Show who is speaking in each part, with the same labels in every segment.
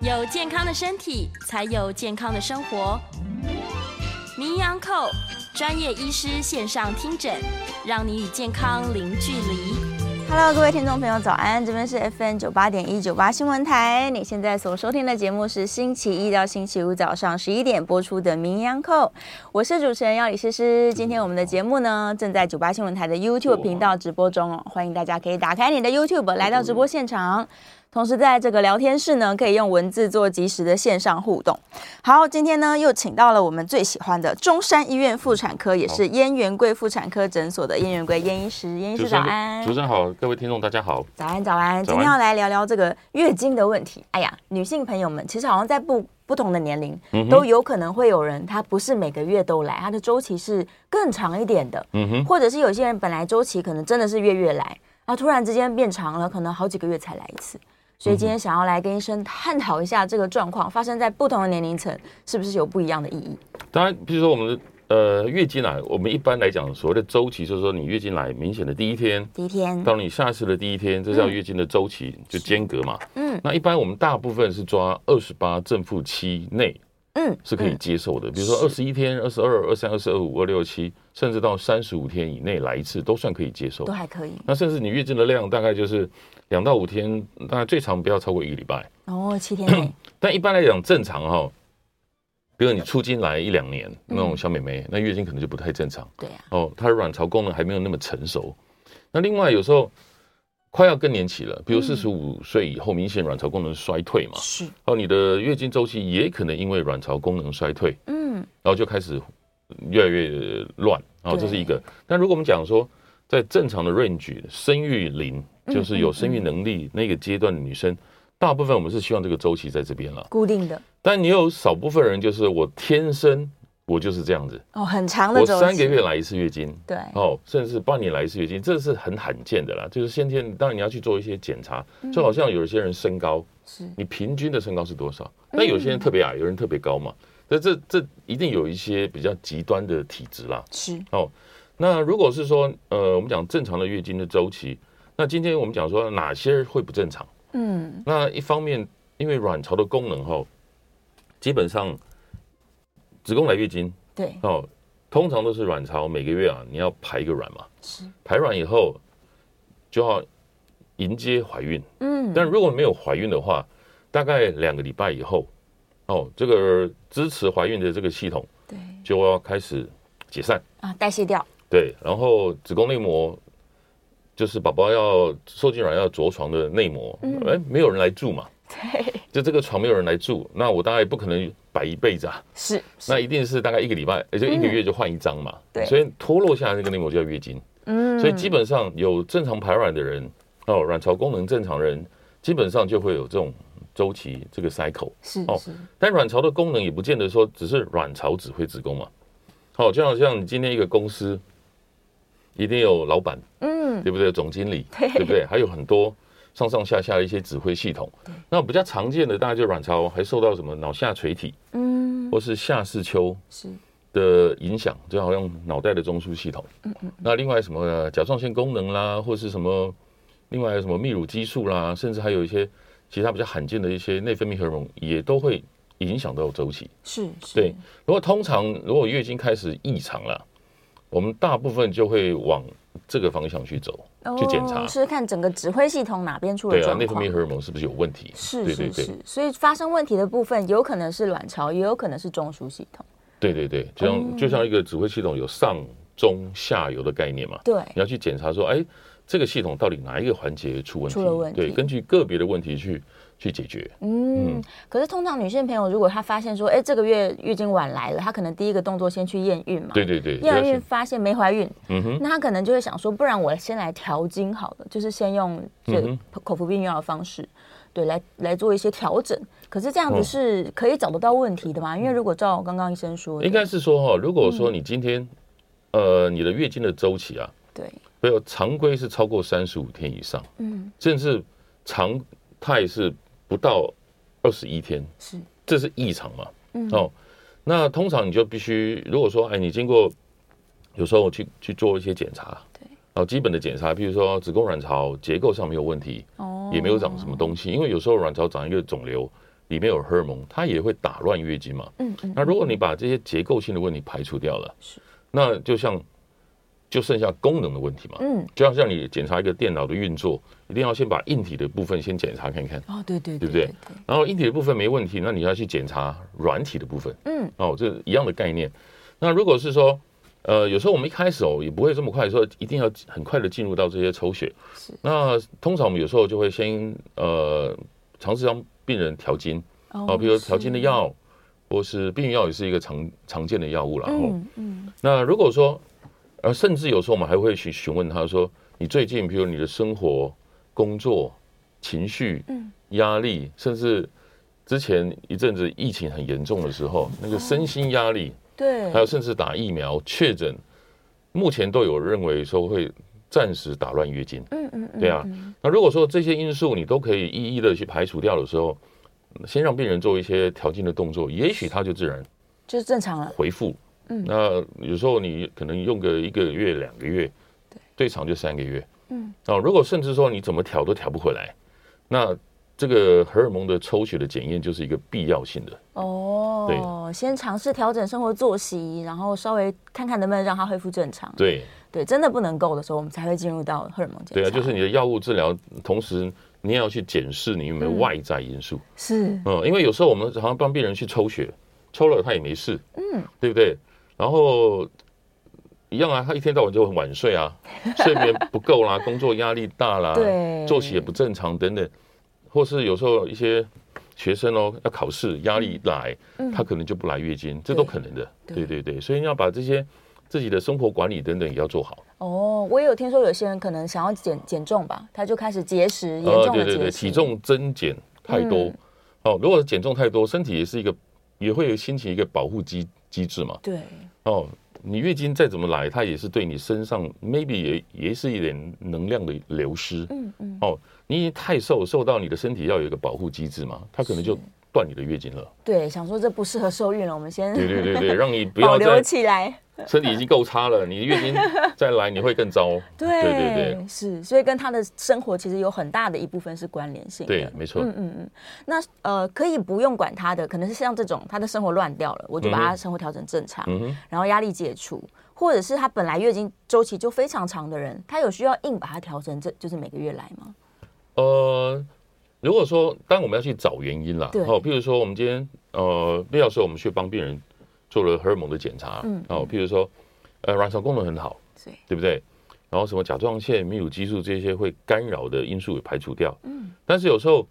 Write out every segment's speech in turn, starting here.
Speaker 1: 有健康的身体，才有健康的生活。名扬寇专业医师线上听诊，让你与健康零距离。
Speaker 2: Hello，各位听众朋友，早安！这边是 FM 九八点一九八新闻台，你现在所收听的节目是星期一到星期五早上十一点播出的《名扬扣》，我是主持人要李诗诗。今天我们的节目呢，正在九八新闻台的 YouTube 频道直播中哦，欢迎大家可以打开你的 YouTube 来到直播现场。同时，在这个聊天室呢，可以用文字做及时的线上互动。好，今天呢又请到了我们最喜欢的中山医院妇产科，也是燕园贵妇产科诊所的燕园贵燕医师，燕医
Speaker 3: 主
Speaker 2: 师
Speaker 3: 持
Speaker 2: 早
Speaker 3: 人
Speaker 2: 安
Speaker 3: 主。持人好，各位听众大家好。
Speaker 2: 早安，早安，
Speaker 3: 早
Speaker 2: 今
Speaker 3: 安
Speaker 2: 天要来聊聊这个月经的问题。哎呀，女性朋友们，其实好像在不不同的年龄，
Speaker 3: 嗯哼
Speaker 2: 都有可能会有人，她不是每个月都来，她的周期是更长一点的，
Speaker 3: 嗯哼，
Speaker 2: 或者是有些人本来周期可能真的是月月来，然后突然之间变长了，可能好几个月才来一次。所以今天想要来跟医生探讨一下这个状况，发生在不同的年龄层是不是有不一样的意义？
Speaker 3: 当然，比如说我们的呃月经来，我们一般来讲所谓的周期，就是说你月经来明显的第一天
Speaker 2: 第一天，
Speaker 3: 到你下次的第一天，这叫月经的周期，就间隔嘛。
Speaker 2: 嗯
Speaker 3: 那一般我们大部分是抓二十八正负期内
Speaker 2: 嗯，
Speaker 3: 是可以接受的，比如说二十一天、二十二、二三、二四、二五、二六、七，甚至到三十五天以内来一次都算可以接受
Speaker 2: 都。还可以。
Speaker 3: 那甚至你月经的量大概就是两到五天，大概最长不要超过一个礼拜。
Speaker 2: 哦，七天 内，
Speaker 3: 但一般来讲，正常哈、比如你出经来一两年那种小美眉，那月经可能就不太正常
Speaker 2: 对啊呀、
Speaker 3: 哦，她的卵巢功能还没有那么成熟。那另外有时候快要更年期了，比如四十五岁以后，明显卵巢功能衰退嘛，
Speaker 2: 是，
Speaker 3: 哦，你的月经周期也可能因为卵巢功能衰退，
Speaker 2: 嗯，
Speaker 3: 然后就开始越来越乱，哦，
Speaker 2: 对
Speaker 3: 这是一个。但如果我们讲说，在正常的 range 生育龄，就是有生育能力那个阶段的女生，大部分我们是希望这个周期在这边了。
Speaker 2: 固定的。
Speaker 3: 但你有少部分人就是我天生我就是这样子，
Speaker 2: 哦，很长的
Speaker 3: 我
Speaker 2: 周期，
Speaker 3: 三个月来一次月经，
Speaker 2: 对，
Speaker 3: 哦，甚至半年来一次月经，这是很罕见的啦。就是先天，当然你要去做一些检查，就好像有一些人身高，
Speaker 2: 是
Speaker 3: 你平均的身高是多少？那有些人特别矮，有人特别高嘛。那这这一定有一些比较极端的体质啦。
Speaker 2: 是，
Speaker 3: 哦，那如果是说，呃，我们讲正常的月经的周期，那今天我们讲说哪些会不正常？
Speaker 2: 嗯，
Speaker 3: 那一方面，因为卵巢的功能后，基本上子宫来月经
Speaker 2: 对，
Speaker 3: 哦，通常都是卵巢每个月啊，你要排一个卵嘛，
Speaker 2: 是，
Speaker 3: 排卵以后就要迎接怀孕。
Speaker 2: 嗯，
Speaker 3: 但如果没有怀孕的话，大概两个礼拜以后，哦，这个支持怀孕的这个系统
Speaker 2: 对，
Speaker 3: 就要开始解散。
Speaker 2: 啊，代谢掉，
Speaker 3: 对，然后子宫内膜就是宝宝要受精卵要着床的内膜，哎、没有人来住嘛，
Speaker 2: 嗯对，
Speaker 3: 就这个床没有人来住，那我大概不可能摆一辈子啊，
Speaker 2: 是，
Speaker 3: 那一定是大概一个礼拜，也就一个月就换一张嘛，
Speaker 2: 嗯对
Speaker 3: 所以脱落下来那个内膜就叫月经，
Speaker 2: 嗯，
Speaker 3: 所以基本上有正常排卵的人，哦，卵巢功能正常的人，基本上就会有这种周期这个 cycle。
Speaker 2: 是
Speaker 3: 哦
Speaker 2: 是，
Speaker 3: 但卵巢的功能也不见得说只是卵巢指挥子宫嘛。好、就好像你今天一个公司，一定有老板，
Speaker 2: 嗯，
Speaker 3: 对不对？总经理，对不对？还有很多上上下下的一些指挥系统。那比较常见的，大概就卵巢还受到什么脑下垂体
Speaker 2: 嗯，
Speaker 3: 或是下视丘
Speaker 2: 是，
Speaker 3: 的影响，就好像脑袋的中枢系统。
Speaker 2: 嗯
Speaker 3: 那另外什么呃甲状腺功能啦，或是什么另外还有什么泌乳激素啦，甚至还有一些其他比较罕见的一些内分泌荷尔蒙，也都会影响到周期。
Speaker 2: 是，是
Speaker 3: 对，，如果通常如果月经开始异常了，我们大部分就会往这个方向去走，去检查
Speaker 2: 哦。是看整个指挥系统哪边出了
Speaker 3: 对啊，
Speaker 2: 状
Speaker 3: 内分
Speaker 2: 况
Speaker 3: 泌。荷尔蒙是不是有问题？
Speaker 2: 是
Speaker 3: 对
Speaker 2: 是
Speaker 3: 对对
Speaker 2: 是，所以发生问题的部分有可能是卵巢，也有可能是中枢系统。
Speaker 3: 对对对，就像就像一个指挥系统有上中下游的概念嘛，
Speaker 2: 对，
Speaker 3: 你要去检查说，哎，这个系统到底哪一个环节出问题？
Speaker 2: 出了问题
Speaker 3: 对，根据个别的问题去去解决。
Speaker 2: 嗯，可是通常女性朋友如果她发现说，哎，这个月月经晚来了，她可能第一个动作先去验孕嘛。
Speaker 3: 对对对，
Speaker 2: 验
Speaker 3: 不
Speaker 2: 完
Speaker 3: 要
Speaker 2: 孕
Speaker 3: 去
Speaker 2: 发现没怀孕，
Speaker 3: 嗯哼，
Speaker 2: 那他可能就会想说，不然我先来调经好了，就是先用这
Speaker 3: 嗯
Speaker 2: 个口服避孕药的方式，对，来来做一些调整。可是这样子
Speaker 3: 嗯
Speaker 2: 是可以找得到问题的嘛？因为如果照刚刚医生说的，
Speaker 3: 应该是说哈、如果
Speaker 2: 嗯
Speaker 3: 说你今天呃你的月经的周期啊，
Speaker 2: 对，
Speaker 3: 没有常规是超过三十五天以上，
Speaker 2: 嗯，
Speaker 3: 甚至常态是不到二十一天，
Speaker 2: 是
Speaker 3: 这是异常嘛？嗯哦，那通常你就必须，如果说哎，你经过有时候去去做一些检查，
Speaker 2: 对，
Speaker 3: 哦，基本的检查，比如说子宫卵巢结构上没有问题，
Speaker 2: 哦
Speaker 3: 也没有长什么东西，因为有时候卵巢长一个肿瘤，里面有荷尔蒙，它也会打乱月经嘛。
Speaker 2: 嗯嗯，
Speaker 3: 那如果你把这些结构性的问题排除掉了，那就像就剩下功能的问题嘛。
Speaker 2: 嗯，
Speaker 3: 就像像你检查一个电脑的运作，一定要先把硬体的部分先检查看看，
Speaker 2: 哦，对对
Speaker 3: 对不对？然后硬体的部分没问题，那你要去检查软体的部分。
Speaker 2: 嗯，
Speaker 3: 哦，这一样的概念。那如果是说，呃，有时候我们一开始哦，也不会这么快说一定要很快的进入到这些抽血。那通常我们有时候就会先呃尝试让病人调经哦，比如调经的药，或是避孕药也是一个常常见的药物啦。哦
Speaker 2: 嗯嗯，
Speaker 3: 那如果说，呃，甚至有时候我们还会去询问他说，你最近，比如你的生活、工作、情绪、
Speaker 2: 嗯
Speaker 3: 压力，甚至之前一阵子疫情很严重的时候，那个身心压力，
Speaker 2: 哦对，
Speaker 3: 还有甚至打疫苗确诊，目前都有认为说会暂时打乱月经。
Speaker 2: 嗯嗯嗯，
Speaker 3: 对啊，那如果说这些因素你都可以一一的去排除掉的时候，先让病人做一些调经的动作，也许他就自然
Speaker 2: 就是正常了。
Speaker 3: 回复。
Speaker 2: 嗯
Speaker 3: 那有时候你可能用个一个月、两个月，对，最长就三个月。
Speaker 2: 嗯，
Speaker 3: 哦，如果甚至说你怎么调都调不回来，那这个荷尔蒙的抽血的检验就是一个必要性
Speaker 2: 嗯
Speaker 3: 的。
Speaker 2: 哦，先尝试调整生活作息，然后稍微看看能不能让它恢复正常。
Speaker 3: 对，
Speaker 2: 对，真的不能够的时候，我们才会进入到荷尔蒙检查。
Speaker 3: 对啊，就是你的药物治疗，同时你也要去检视你有
Speaker 2: 嗯
Speaker 3: 没有外在因素。
Speaker 2: 是
Speaker 3: 嗯，因为有时候我们常常帮病人去抽血，抽了他也没事，嗯，对不对？然后一样啊，他一天到晚就很晚睡 啊，睡眠不够啦，工作压力大啦，
Speaker 2: 对
Speaker 3: 作息也不正常等等，或是有时候一些学生哦要考试，压力来，他可能就不来月经，这都可能的，
Speaker 2: 嗯对
Speaker 3: 对对对，所以你要把这些自己的生活管理等等也要做好。
Speaker 2: 哦，我也有听说有些人可能想要减减重吧，他就开始节食，严
Speaker 3: 呃，
Speaker 2: 重的
Speaker 3: 对对
Speaker 2: 节
Speaker 3: 对，
Speaker 2: 食，
Speaker 3: 体重增减太多、
Speaker 2: 嗯
Speaker 3: 哦，如果减重太多，身体也是一个也会有兴起一个保护机机制嘛。
Speaker 2: 对，
Speaker 3: 哦，你月经再怎么来，它也是对你身上 maybe 也也是一点能量的流失。
Speaker 2: 嗯嗯，
Speaker 3: 哦，你已经太瘦，瘦到你的身体要有一个保护机制嘛，它可能就是断你的月 经了。
Speaker 2: 对，想说这不适合受孕了，我们先
Speaker 3: 对对 对对，让你不
Speaker 2: 保
Speaker 3: 要
Speaker 2: 留
Speaker 3: 再
Speaker 2: 起来。
Speaker 3: 身体已经够差了，你月经再来你会更糟。
Speaker 2: 对
Speaker 3: 对对对
Speaker 2: 是，所以跟他的生活其实有很大的一部分是关联性的。
Speaker 3: 对，没错。
Speaker 2: 嗯嗯嗯，那呃，可以不用管他的，可能是像这种他的生活乱掉了，我就把
Speaker 3: 嗯
Speaker 2: 他
Speaker 3: 哼
Speaker 2: 生活调整正常，
Speaker 3: 嗯哼，
Speaker 2: 然后压力解除，或者是他本来月经周期就非常长的人，他有需要硬把它调成这就是每个月来吗？
Speaker 3: 呃，如果说，当然我们要去找原因啦。
Speaker 2: 对
Speaker 3: 哦，譬如说我们今天呃，廖老师我们去帮病人做了荷尔蒙的检查，
Speaker 2: 嗯
Speaker 3: 哦，譬如说，呃，卵巢功能很好，
Speaker 2: 对，
Speaker 3: 对不对？然后什么甲状腺、泌乳激素这些会干扰的因素也排除掉。
Speaker 2: 嗯，
Speaker 3: 但是有时候，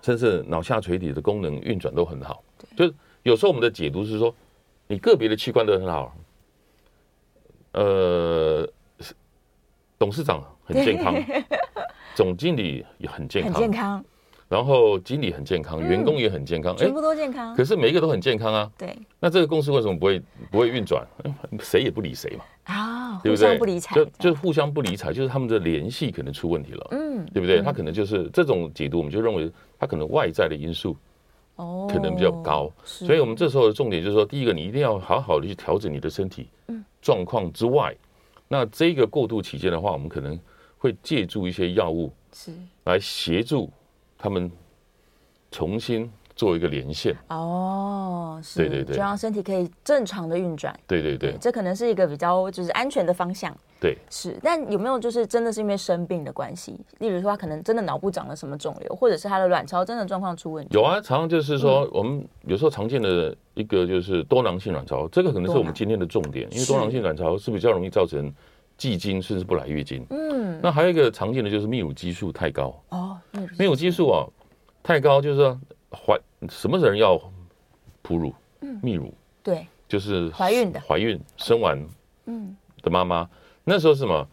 Speaker 3: 甚至脑下垂体的功能运转都很好，就是有时候我们的解读是说，你个别的器官都很好，呃，董事长很 健康，总经理也很健
Speaker 2: 很
Speaker 3: 康，
Speaker 2: 健康，嗯
Speaker 3: 然后经理很健康，员工也很健康，哎、
Speaker 2: 全部都健康。
Speaker 3: 可是每一个都很健康啊，
Speaker 2: 对
Speaker 3: 那这个公司为什么不会不会运转？哎谁也不理谁嘛。
Speaker 2: 啊，
Speaker 3: 对
Speaker 2: 互
Speaker 3: 不对？
Speaker 2: 相不理睬，
Speaker 3: 就
Speaker 2: 这
Speaker 3: 就
Speaker 2: 样
Speaker 3: 互相不理睬，就是他们的联系可能出问题了，
Speaker 2: 嗯
Speaker 3: 对不对？他可能就是这种解读，我们就认为他可能外在的因素
Speaker 2: 哦，
Speaker 3: 可能比较高，
Speaker 2: 是，
Speaker 3: 所以我们这时候的重点就是说，第一个你一定要好好的去调整你的身体
Speaker 2: 嗯
Speaker 3: 状况之外，那这个过渡期间的话，我们可能会借助一些药物
Speaker 2: 是
Speaker 3: 来协助他们重新做一个连线，
Speaker 2: 哦，是，
Speaker 3: 对对对
Speaker 2: 就让身体可以正常的运转。
Speaker 3: 对对对
Speaker 2: 这可能是一个比较就是安全的方向。
Speaker 3: 对。
Speaker 2: 是，但有没有就是真的是因为生病的关系？例如说他可能真的脑部长了什么肿瘤，或者是他的卵巢真的状况出问题？
Speaker 3: 有啊，常常就是
Speaker 2: 嗯
Speaker 3: 说，我们有时候常见的一个就是多囊性卵巢，这个可能是我们今天的重点，因为
Speaker 2: 是
Speaker 3: 多囊性卵巢是比较容易造成忌经甚至不来月经。
Speaker 2: 嗯，
Speaker 3: 那还有一个常见的就是泌乳激素太高，
Speaker 2: 哦，嗯
Speaker 3: 泌乳激素啊太高就是说怀什么人要哺乳、泌乳，
Speaker 2: 对，
Speaker 3: 就是
Speaker 2: 嗯怀孕的
Speaker 3: 怀孕生完
Speaker 2: 嗯
Speaker 3: 的妈妈，那时候是什么？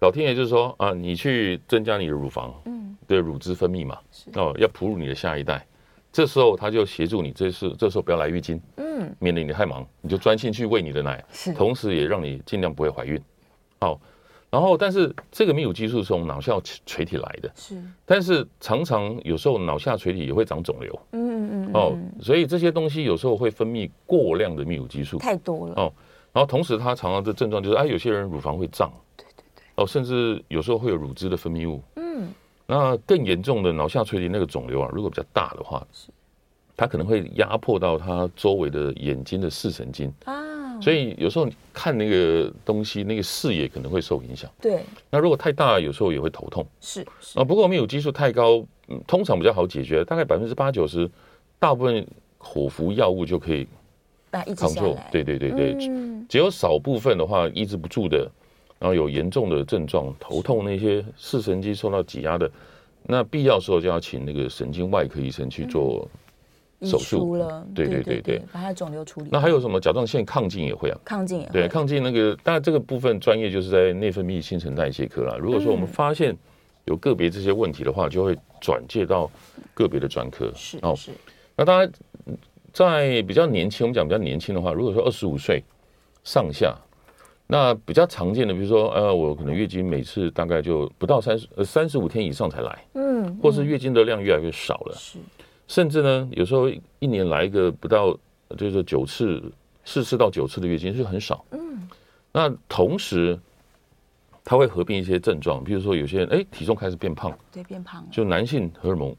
Speaker 3: 老天爷就是说啊，你去增加你的乳房，
Speaker 2: 嗯，
Speaker 3: 对乳汁分泌嘛
Speaker 2: 是，
Speaker 3: 哦，要哺乳你的下一代。这时候他就协助你，这是这时候不要来月经，
Speaker 2: 嗯，
Speaker 3: 免得你太忙，你就专心去喂你的奶，
Speaker 2: 是
Speaker 3: 同时也让你尽量不会怀孕。好，然后但是这个泌乳激素是从脑下垂体来的，
Speaker 2: 是，嗯
Speaker 3: 但是常常有时候脑下垂体也会长肿瘤
Speaker 2: 嗯嗯嗯，
Speaker 3: 哦
Speaker 2: 嗯，
Speaker 3: 所以这些东西有时候会分泌过量的泌乳激素，
Speaker 2: 太多了，
Speaker 3: 哦然后同时他常常的症状就是，哎，有些人乳房会胀，对对对，哦，甚至有时候会有乳汁的分泌物。
Speaker 2: 嗯，
Speaker 3: 那更严重的脑下垂体那个肿瘤啊，如果比较大的话，它可能会压迫到它周围的眼睛的视神经，
Speaker 2: 啊，
Speaker 3: 所以有时候你看那个东西，那个视野可能会受影响。
Speaker 2: 对，
Speaker 3: 那如果太大，有时候也会头痛
Speaker 2: 是是
Speaker 3: 啊。不过密乳激素太高，嗯通常比较好解决，大概百分之八九十，大部分口服药物就可以
Speaker 2: 把它抑制下
Speaker 3: control
Speaker 2: 来。，
Speaker 3: 对对对对，
Speaker 2: 嗯，
Speaker 3: 只有少部分的话抑制不住的，然后有严重的症状，头痛那些视神经受到挤压的，那必要时候就要请那个神经外科医生去做。
Speaker 2: 嗯移
Speaker 3: 手术
Speaker 2: 除了，
Speaker 3: 对
Speaker 2: 对
Speaker 3: 对
Speaker 2: 对
Speaker 3: 对对
Speaker 2: 把它的肿瘤处理。
Speaker 3: 那还有什么甲状腺亢进也会啊？
Speaker 2: 抗进也
Speaker 3: 对，
Speaker 2: 会
Speaker 3: 亢进那个，当然这个部分专业就是在内分泌新陈代谢科啦。如果说我
Speaker 2: 嗯
Speaker 3: 们发现有个别这些问题的话，就会转介到个别的专科。
Speaker 2: 是
Speaker 3: 哦，
Speaker 2: 是
Speaker 3: 那当然在比较年轻，我们讲比较年轻的话，如果说二十五岁上下，那比较常见的，比如说呃，我可能月经每次大概就不到三十呃三十五天以上才来，
Speaker 2: 嗯，
Speaker 3: 或是月经的量越来越少了，
Speaker 2: 是
Speaker 3: 甚至呢，有时候一年来一个不到，呃就是说九次、四次到九次的月经是很少。嗯，那同时，它会合并一些症状，比如说有些人哎体重开始变胖，
Speaker 2: 对变胖了，
Speaker 3: 就男性荷尔蒙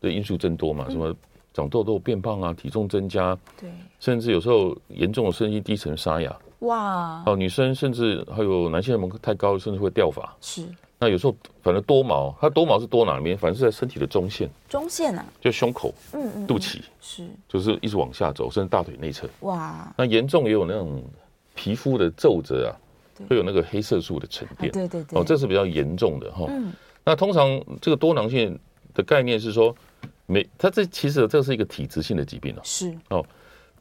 Speaker 3: 的因素增多
Speaker 2: 嗯
Speaker 3: 嘛，什么长痘痘、变胖啊，体重增加，
Speaker 2: 对
Speaker 3: 甚至有时候严重的身心低沉、沙哑。
Speaker 2: 哇
Speaker 3: 哦，女生甚至还有男性荷尔蒙太高，甚至会掉发。
Speaker 2: 是
Speaker 3: 那有时候反正多毛，它多毛是多哪里面？反正是在身体的中线，
Speaker 2: 中线啊，
Speaker 3: 就胸口、
Speaker 2: 嗯嗯
Speaker 3: 肚脐。
Speaker 2: 是
Speaker 3: 就是一直往下走，甚至大腿内侧。
Speaker 2: 哇，
Speaker 3: 那严重也有那种皮肤的皱褶啊
Speaker 2: 对，
Speaker 3: 会有那个黑色素的沉
Speaker 2: 啊
Speaker 3: 淀。
Speaker 2: 对对对，
Speaker 3: 哦，这是比较严重的哈。
Speaker 2: 嗯
Speaker 3: 那通常这个多囊性的概念是说，没它这其实这是一个体质性的疾病哦。
Speaker 2: 是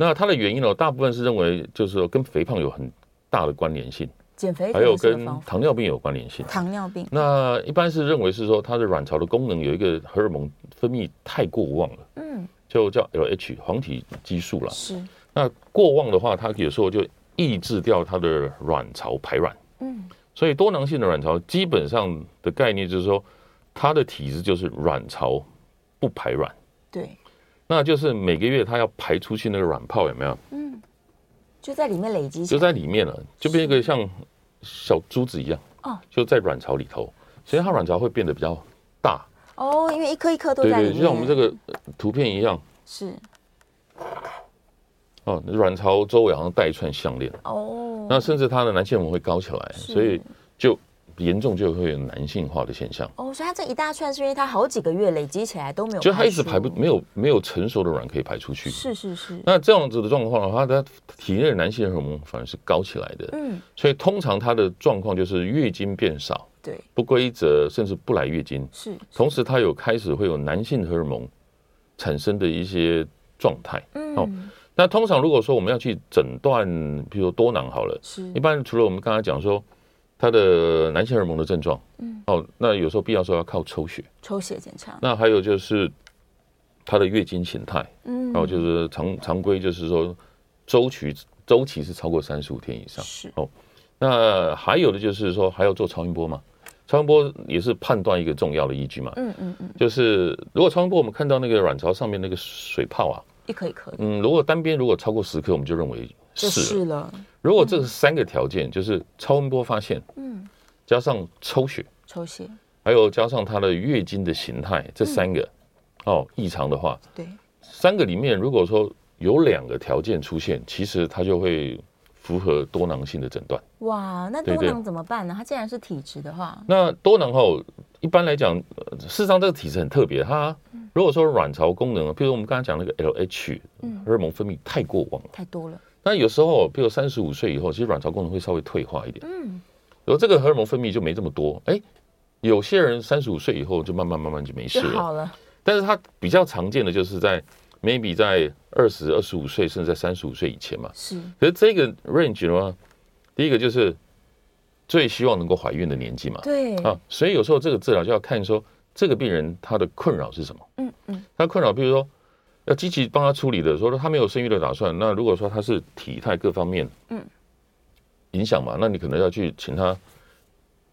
Speaker 3: 那它的原因哦，大部分是认为就是说跟肥胖有很大的关联性，
Speaker 2: 减肥可
Speaker 3: 还有
Speaker 2: 能是个
Speaker 3: 跟
Speaker 2: 方法
Speaker 3: 糖尿病有关联性。
Speaker 2: 糖尿病
Speaker 3: 那一般是认为是说它的卵巢的功能有一个荷尔蒙分泌太过旺了，
Speaker 2: 嗯
Speaker 3: 就叫 LH 黄体激素啦。
Speaker 2: 是
Speaker 3: 那过旺的话，它有时候就抑制掉它的卵巢排卵，
Speaker 2: 嗯
Speaker 3: 所以多囊性的卵巢基本上的概念就是说，它的体质就是卵巢不排卵，
Speaker 2: 对，
Speaker 3: 那就是每个月它要排出去那个卵泡有没有，
Speaker 2: 就在里面累积起
Speaker 3: 就
Speaker 2: 来
Speaker 3: 在里面了，就变一个像小珠子一样
Speaker 2: 哦，
Speaker 3: 就在卵巢里头，所以它卵巢会变得比较大，
Speaker 2: 哦，因为一颗一颗都
Speaker 3: 对
Speaker 2: 在里
Speaker 3: 对，
Speaker 2: 面，
Speaker 3: 就像我们这个呃图片一样
Speaker 2: 是
Speaker 3: 哦，卵巢周围好像戴一串项链，
Speaker 2: 哦，
Speaker 3: 那甚至它的男性荷尔蒙会高起来，
Speaker 2: 是
Speaker 3: 所以就严重就会有男性化的现象，
Speaker 2: 哦，所以它这一大串是因为它好几个月累积起来都没有，
Speaker 3: 就它一直排不没有没有成熟的卵可以排出去。
Speaker 2: 是是是，
Speaker 3: 那这样子的状况的话，它体内的男性荷尔蒙反而是高起来的，
Speaker 2: 嗯
Speaker 3: 所以通常它的状况就是月经变少、
Speaker 2: 对
Speaker 3: 不规则，甚至不来月经。
Speaker 2: 是
Speaker 3: 同时，它有开始会有男性荷尔蒙产生的一些状态。哦
Speaker 2: 嗯
Speaker 3: 那通常如果说我们要去诊断，比如说多囊好了，
Speaker 2: 是
Speaker 3: 一般除了我们刚才讲说它的男性荷尔蒙的症状，嗯，哦，那有时候必要时候要靠抽血，
Speaker 2: 抽血检查，
Speaker 3: 那还有就是它的月经形态，
Speaker 2: 嗯
Speaker 3: 然后哦就是常常规就是说周期周期是超过三十五天以上，
Speaker 2: 是
Speaker 3: 那还有的就是说还要做超音波嘛，超音波也是判断一个重要的依据嘛，
Speaker 2: 嗯嗯嗯，
Speaker 3: 就是如果超音波我们看到那个卵巢上面那个水泡啊，
Speaker 2: 一颗一颗的
Speaker 3: 嗯，如果单边如果超过十克，我们就认为
Speaker 2: 就是
Speaker 3: 了。
Speaker 2: 是了，
Speaker 3: 如果这三个条件，就是超音波发现，
Speaker 2: 嗯
Speaker 3: 加上抽血，
Speaker 2: 抽血
Speaker 3: 还有加上它的月经的形态，
Speaker 2: 嗯
Speaker 3: 这三个、哦异常的话，
Speaker 2: 对
Speaker 3: 三个里面如果说有两个条件出现，其实它就会符合多囊性的诊断。
Speaker 2: 哇，那
Speaker 3: 对
Speaker 2: 多
Speaker 3: 对
Speaker 2: 囊怎么办呢？它既然是体质的话，
Speaker 3: 那多囊后一般来讲，呃事实上这个体质很特别，它
Speaker 2: 嗯
Speaker 3: 如果说卵巢功能，譬如我们刚才讲那个 LH
Speaker 2: 嗯
Speaker 3: 荷尔蒙分泌太过旺了，
Speaker 2: 太多了，
Speaker 3: 那有时候譬如三十五岁以后，其实卵巢功能会稍微退化一点，
Speaker 2: 嗯
Speaker 3: 然后这个荷尔蒙分泌就没这么多，哎。有些人三十五岁以后就慢慢慢慢就没事
Speaker 2: 就
Speaker 3: 了，
Speaker 2: 好了，
Speaker 3: 但是它比较常见的就是在 maybe 在二十二十五岁，甚至在三十五岁以前嘛。
Speaker 2: 是
Speaker 3: 可是这个 range 的话，第一个就是最希望能够怀孕的年纪嘛，
Speaker 2: 对，
Speaker 3: 啊，所以有时候这个治疗就要看说这个病人他的困扰是什么。
Speaker 2: 嗯嗯
Speaker 3: 他困扰，比如说要积极帮他处理的，说他没有生育的打算，那如果说他是体态各方面
Speaker 2: 嗯
Speaker 3: 影响嘛，那你可能要去请他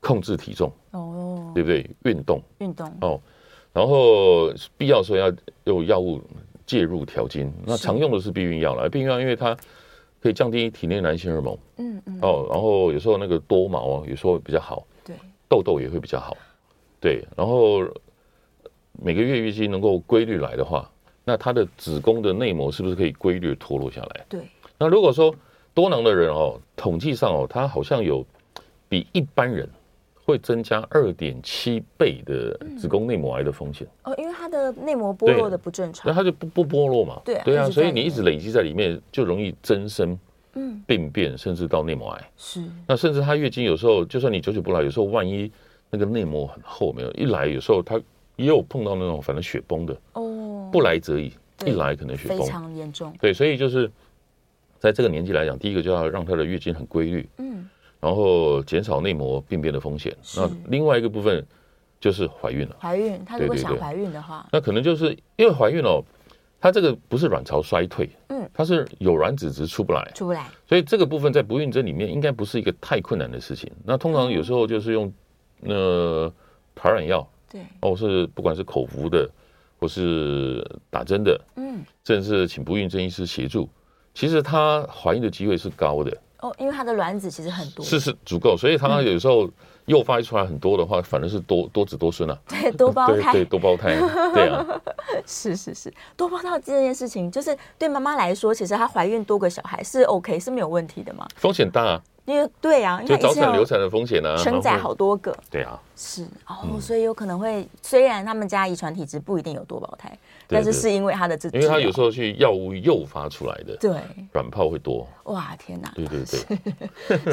Speaker 3: 控制体重，
Speaker 2: 哦，
Speaker 3: 对不对？运动。
Speaker 2: 运动
Speaker 3: 哦，然后必要时候要用药物介入调经。那
Speaker 2: 是
Speaker 3: 常用的是避孕药了，避孕药因为它可以降低体内男性荷尔蒙
Speaker 2: 嗯嗯
Speaker 3: 哦，然后有时候那个多毛啊，有时候比较好，
Speaker 2: 对
Speaker 3: 痘痘也会比较好，对，然后每个月月经能够规律来的话，那他的子宫的内膜是不是可以规律地脱落下来？
Speaker 2: 对，
Speaker 3: 那如果说多囊的人哦，统计上哦，他好像有比一般人会增加二点七倍的子宫内膜癌的风险，
Speaker 2: 哦，因为它的内膜剥落的不正
Speaker 3: 那
Speaker 2: 常，
Speaker 3: 他就不不剥落嘛？
Speaker 2: 对啊一直在
Speaker 3: 所以
Speaker 2: 里
Speaker 3: 你一
Speaker 2: 面
Speaker 3: 直累积在里面，就容易增生、
Speaker 2: 嗯，
Speaker 3: 病变，甚至到内膜癌。
Speaker 2: 是，
Speaker 3: 那甚至她月经有时候，就算你久久不来，有时候万一那个内膜很厚，没有一来，有时候她也有碰到那种反正雪崩的，
Speaker 2: 哦，
Speaker 3: 不来则已，
Speaker 2: 对
Speaker 3: 一来可能雪
Speaker 2: 非
Speaker 3: 崩。
Speaker 2: 常严重，
Speaker 3: 对，所以就是在这个年纪来讲，第一个就要让她的月经很规律，
Speaker 2: 嗯，
Speaker 3: 然后减少内膜病变的风险。
Speaker 2: 是
Speaker 3: 那另外一个部分就是怀孕了，
Speaker 2: 怀孕，她如果
Speaker 3: 对对
Speaker 2: 想
Speaker 3: 对
Speaker 2: 怀孕的话，
Speaker 3: 那可能就是因为怀孕哦，它这个不是卵巢衰退，
Speaker 2: 嗯，
Speaker 3: 它是有卵子只是出不来，
Speaker 2: 出不来，
Speaker 3: 所以这个部分在不孕症里面应该不是一个太困难的事情。那通常有时候就是用呃排卵药，
Speaker 2: 对，
Speaker 3: 哦，是不管是口服的，或是打针的，
Speaker 2: 嗯，
Speaker 3: 甚至请不孕症医师协助。其实她怀孕的机会是高的，
Speaker 2: 哦，因为她的卵子其实很多，
Speaker 3: 是是足够，所以她有时候诱发出来很多的话，反正是多多子多孙啊，
Speaker 2: 对，多胞
Speaker 3: 对
Speaker 2: 胎，
Speaker 3: 对，多胞胎，对啊，
Speaker 2: 是是是，多胞胎这件事情，就是对妈妈来说，其实她怀孕多个小孩是 OK，是没有问题的嘛。
Speaker 3: 风险大、 啊，
Speaker 2: 因为对啊，因
Speaker 3: 就
Speaker 2: 为她
Speaker 3: 早
Speaker 2: 一次
Speaker 3: 产
Speaker 2: 要
Speaker 3: 流产的风险啊，
Speaker 2: 承载
Speaker 3: 然后
Speaker 2: 好多个，
Speaker 3: 对啊，
Speaker 2: 是哦，所以有可能会，虽然他们家遗传体质不一定有多胞胎，
Speaker 3: 对
Speaker 2: 但是
Speaker 3: 对
Speaker 2: 是因为她的这，
Speaker 3: 因为她有时
Speaker 2: 候
Speaker 3: 候去药物诱发出来的
Speaker 2: 对，
Speaker 3: 卵泡会多，
Speaker 2: 哇，天哪！
Speaker 3: 对对 对。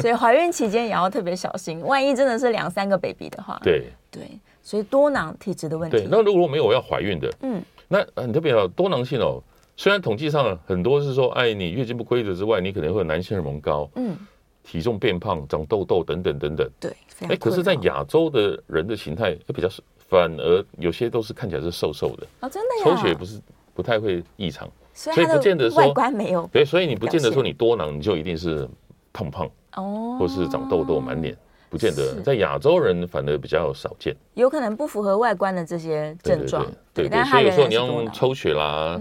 Speaker 2: 所以怀孕期间也要特别小心，万一真的是两三个 baby 的话，
Speaker 3: 对
Speaker 2: 对，所以多囊体质的问
Speaker 3: 对
Speaker 2: 题，，
Speaker 3: 那如果没有要怀孕的，
Speaker 2: 嗯，
Speaker 3: 那很特别哦，多囊性哦。虽然统计上很多是说，哎，你月经不规则之外，你可能会有男性荷尔蒙高、
Speaker 2: 嗯，
Speaker 3: 体重变胖、长痘痘等等等等。
Speaker 2: 对，非
Speaker 3: 哎，
Speaker 2: 常
Speaker 3: 可是，
Speaker 2: 困
Speaker 3: 在
Speaker 2: 扰
Speaker 3: 亚洲的人的形态会比较是，反而有些都是看起来是瘦瘦的，
Speaker 2: 哦，真的呀，
Speaker 3: 抽血不是不太会异常。
Speaker 2: 所
Speaker 3: 所以
Speaker 2: 以她
Speaker 3: 不见得
Speaker 2: 的
Speaker 3: 说
Speaker 2: 外观没有
Speaker 3: 对，所以你不见
Speaker 2: 表
Speaker 3: 得
Speaker 2: 现
Speaker 3: 说你多囊你就一定是胖胖，
Speaker 2: 哦，
Speaker 3: 或是长痘痘、满脸，不见得
Speaker 2: 是。
Speaker 3: 在亚洲人反而比较少见。
Speaker 2: 有可能不符合外观的这些
Speaker 3: 对
Speaker 2: 症状，
Speaker 3: 对对
Speaker 2: 但
Speaker 3: 对，
Speaker 2: 是它
Speaker 3: 所以
Speaker 2: 仍
Speaker 3: 有时候
Speaker 2: 然是
Speaker 3: 你要
Speaker 2: 多嗯
Speaker 3: 用
Speaker 2: 囊，
Speaker 3: 抽血啦，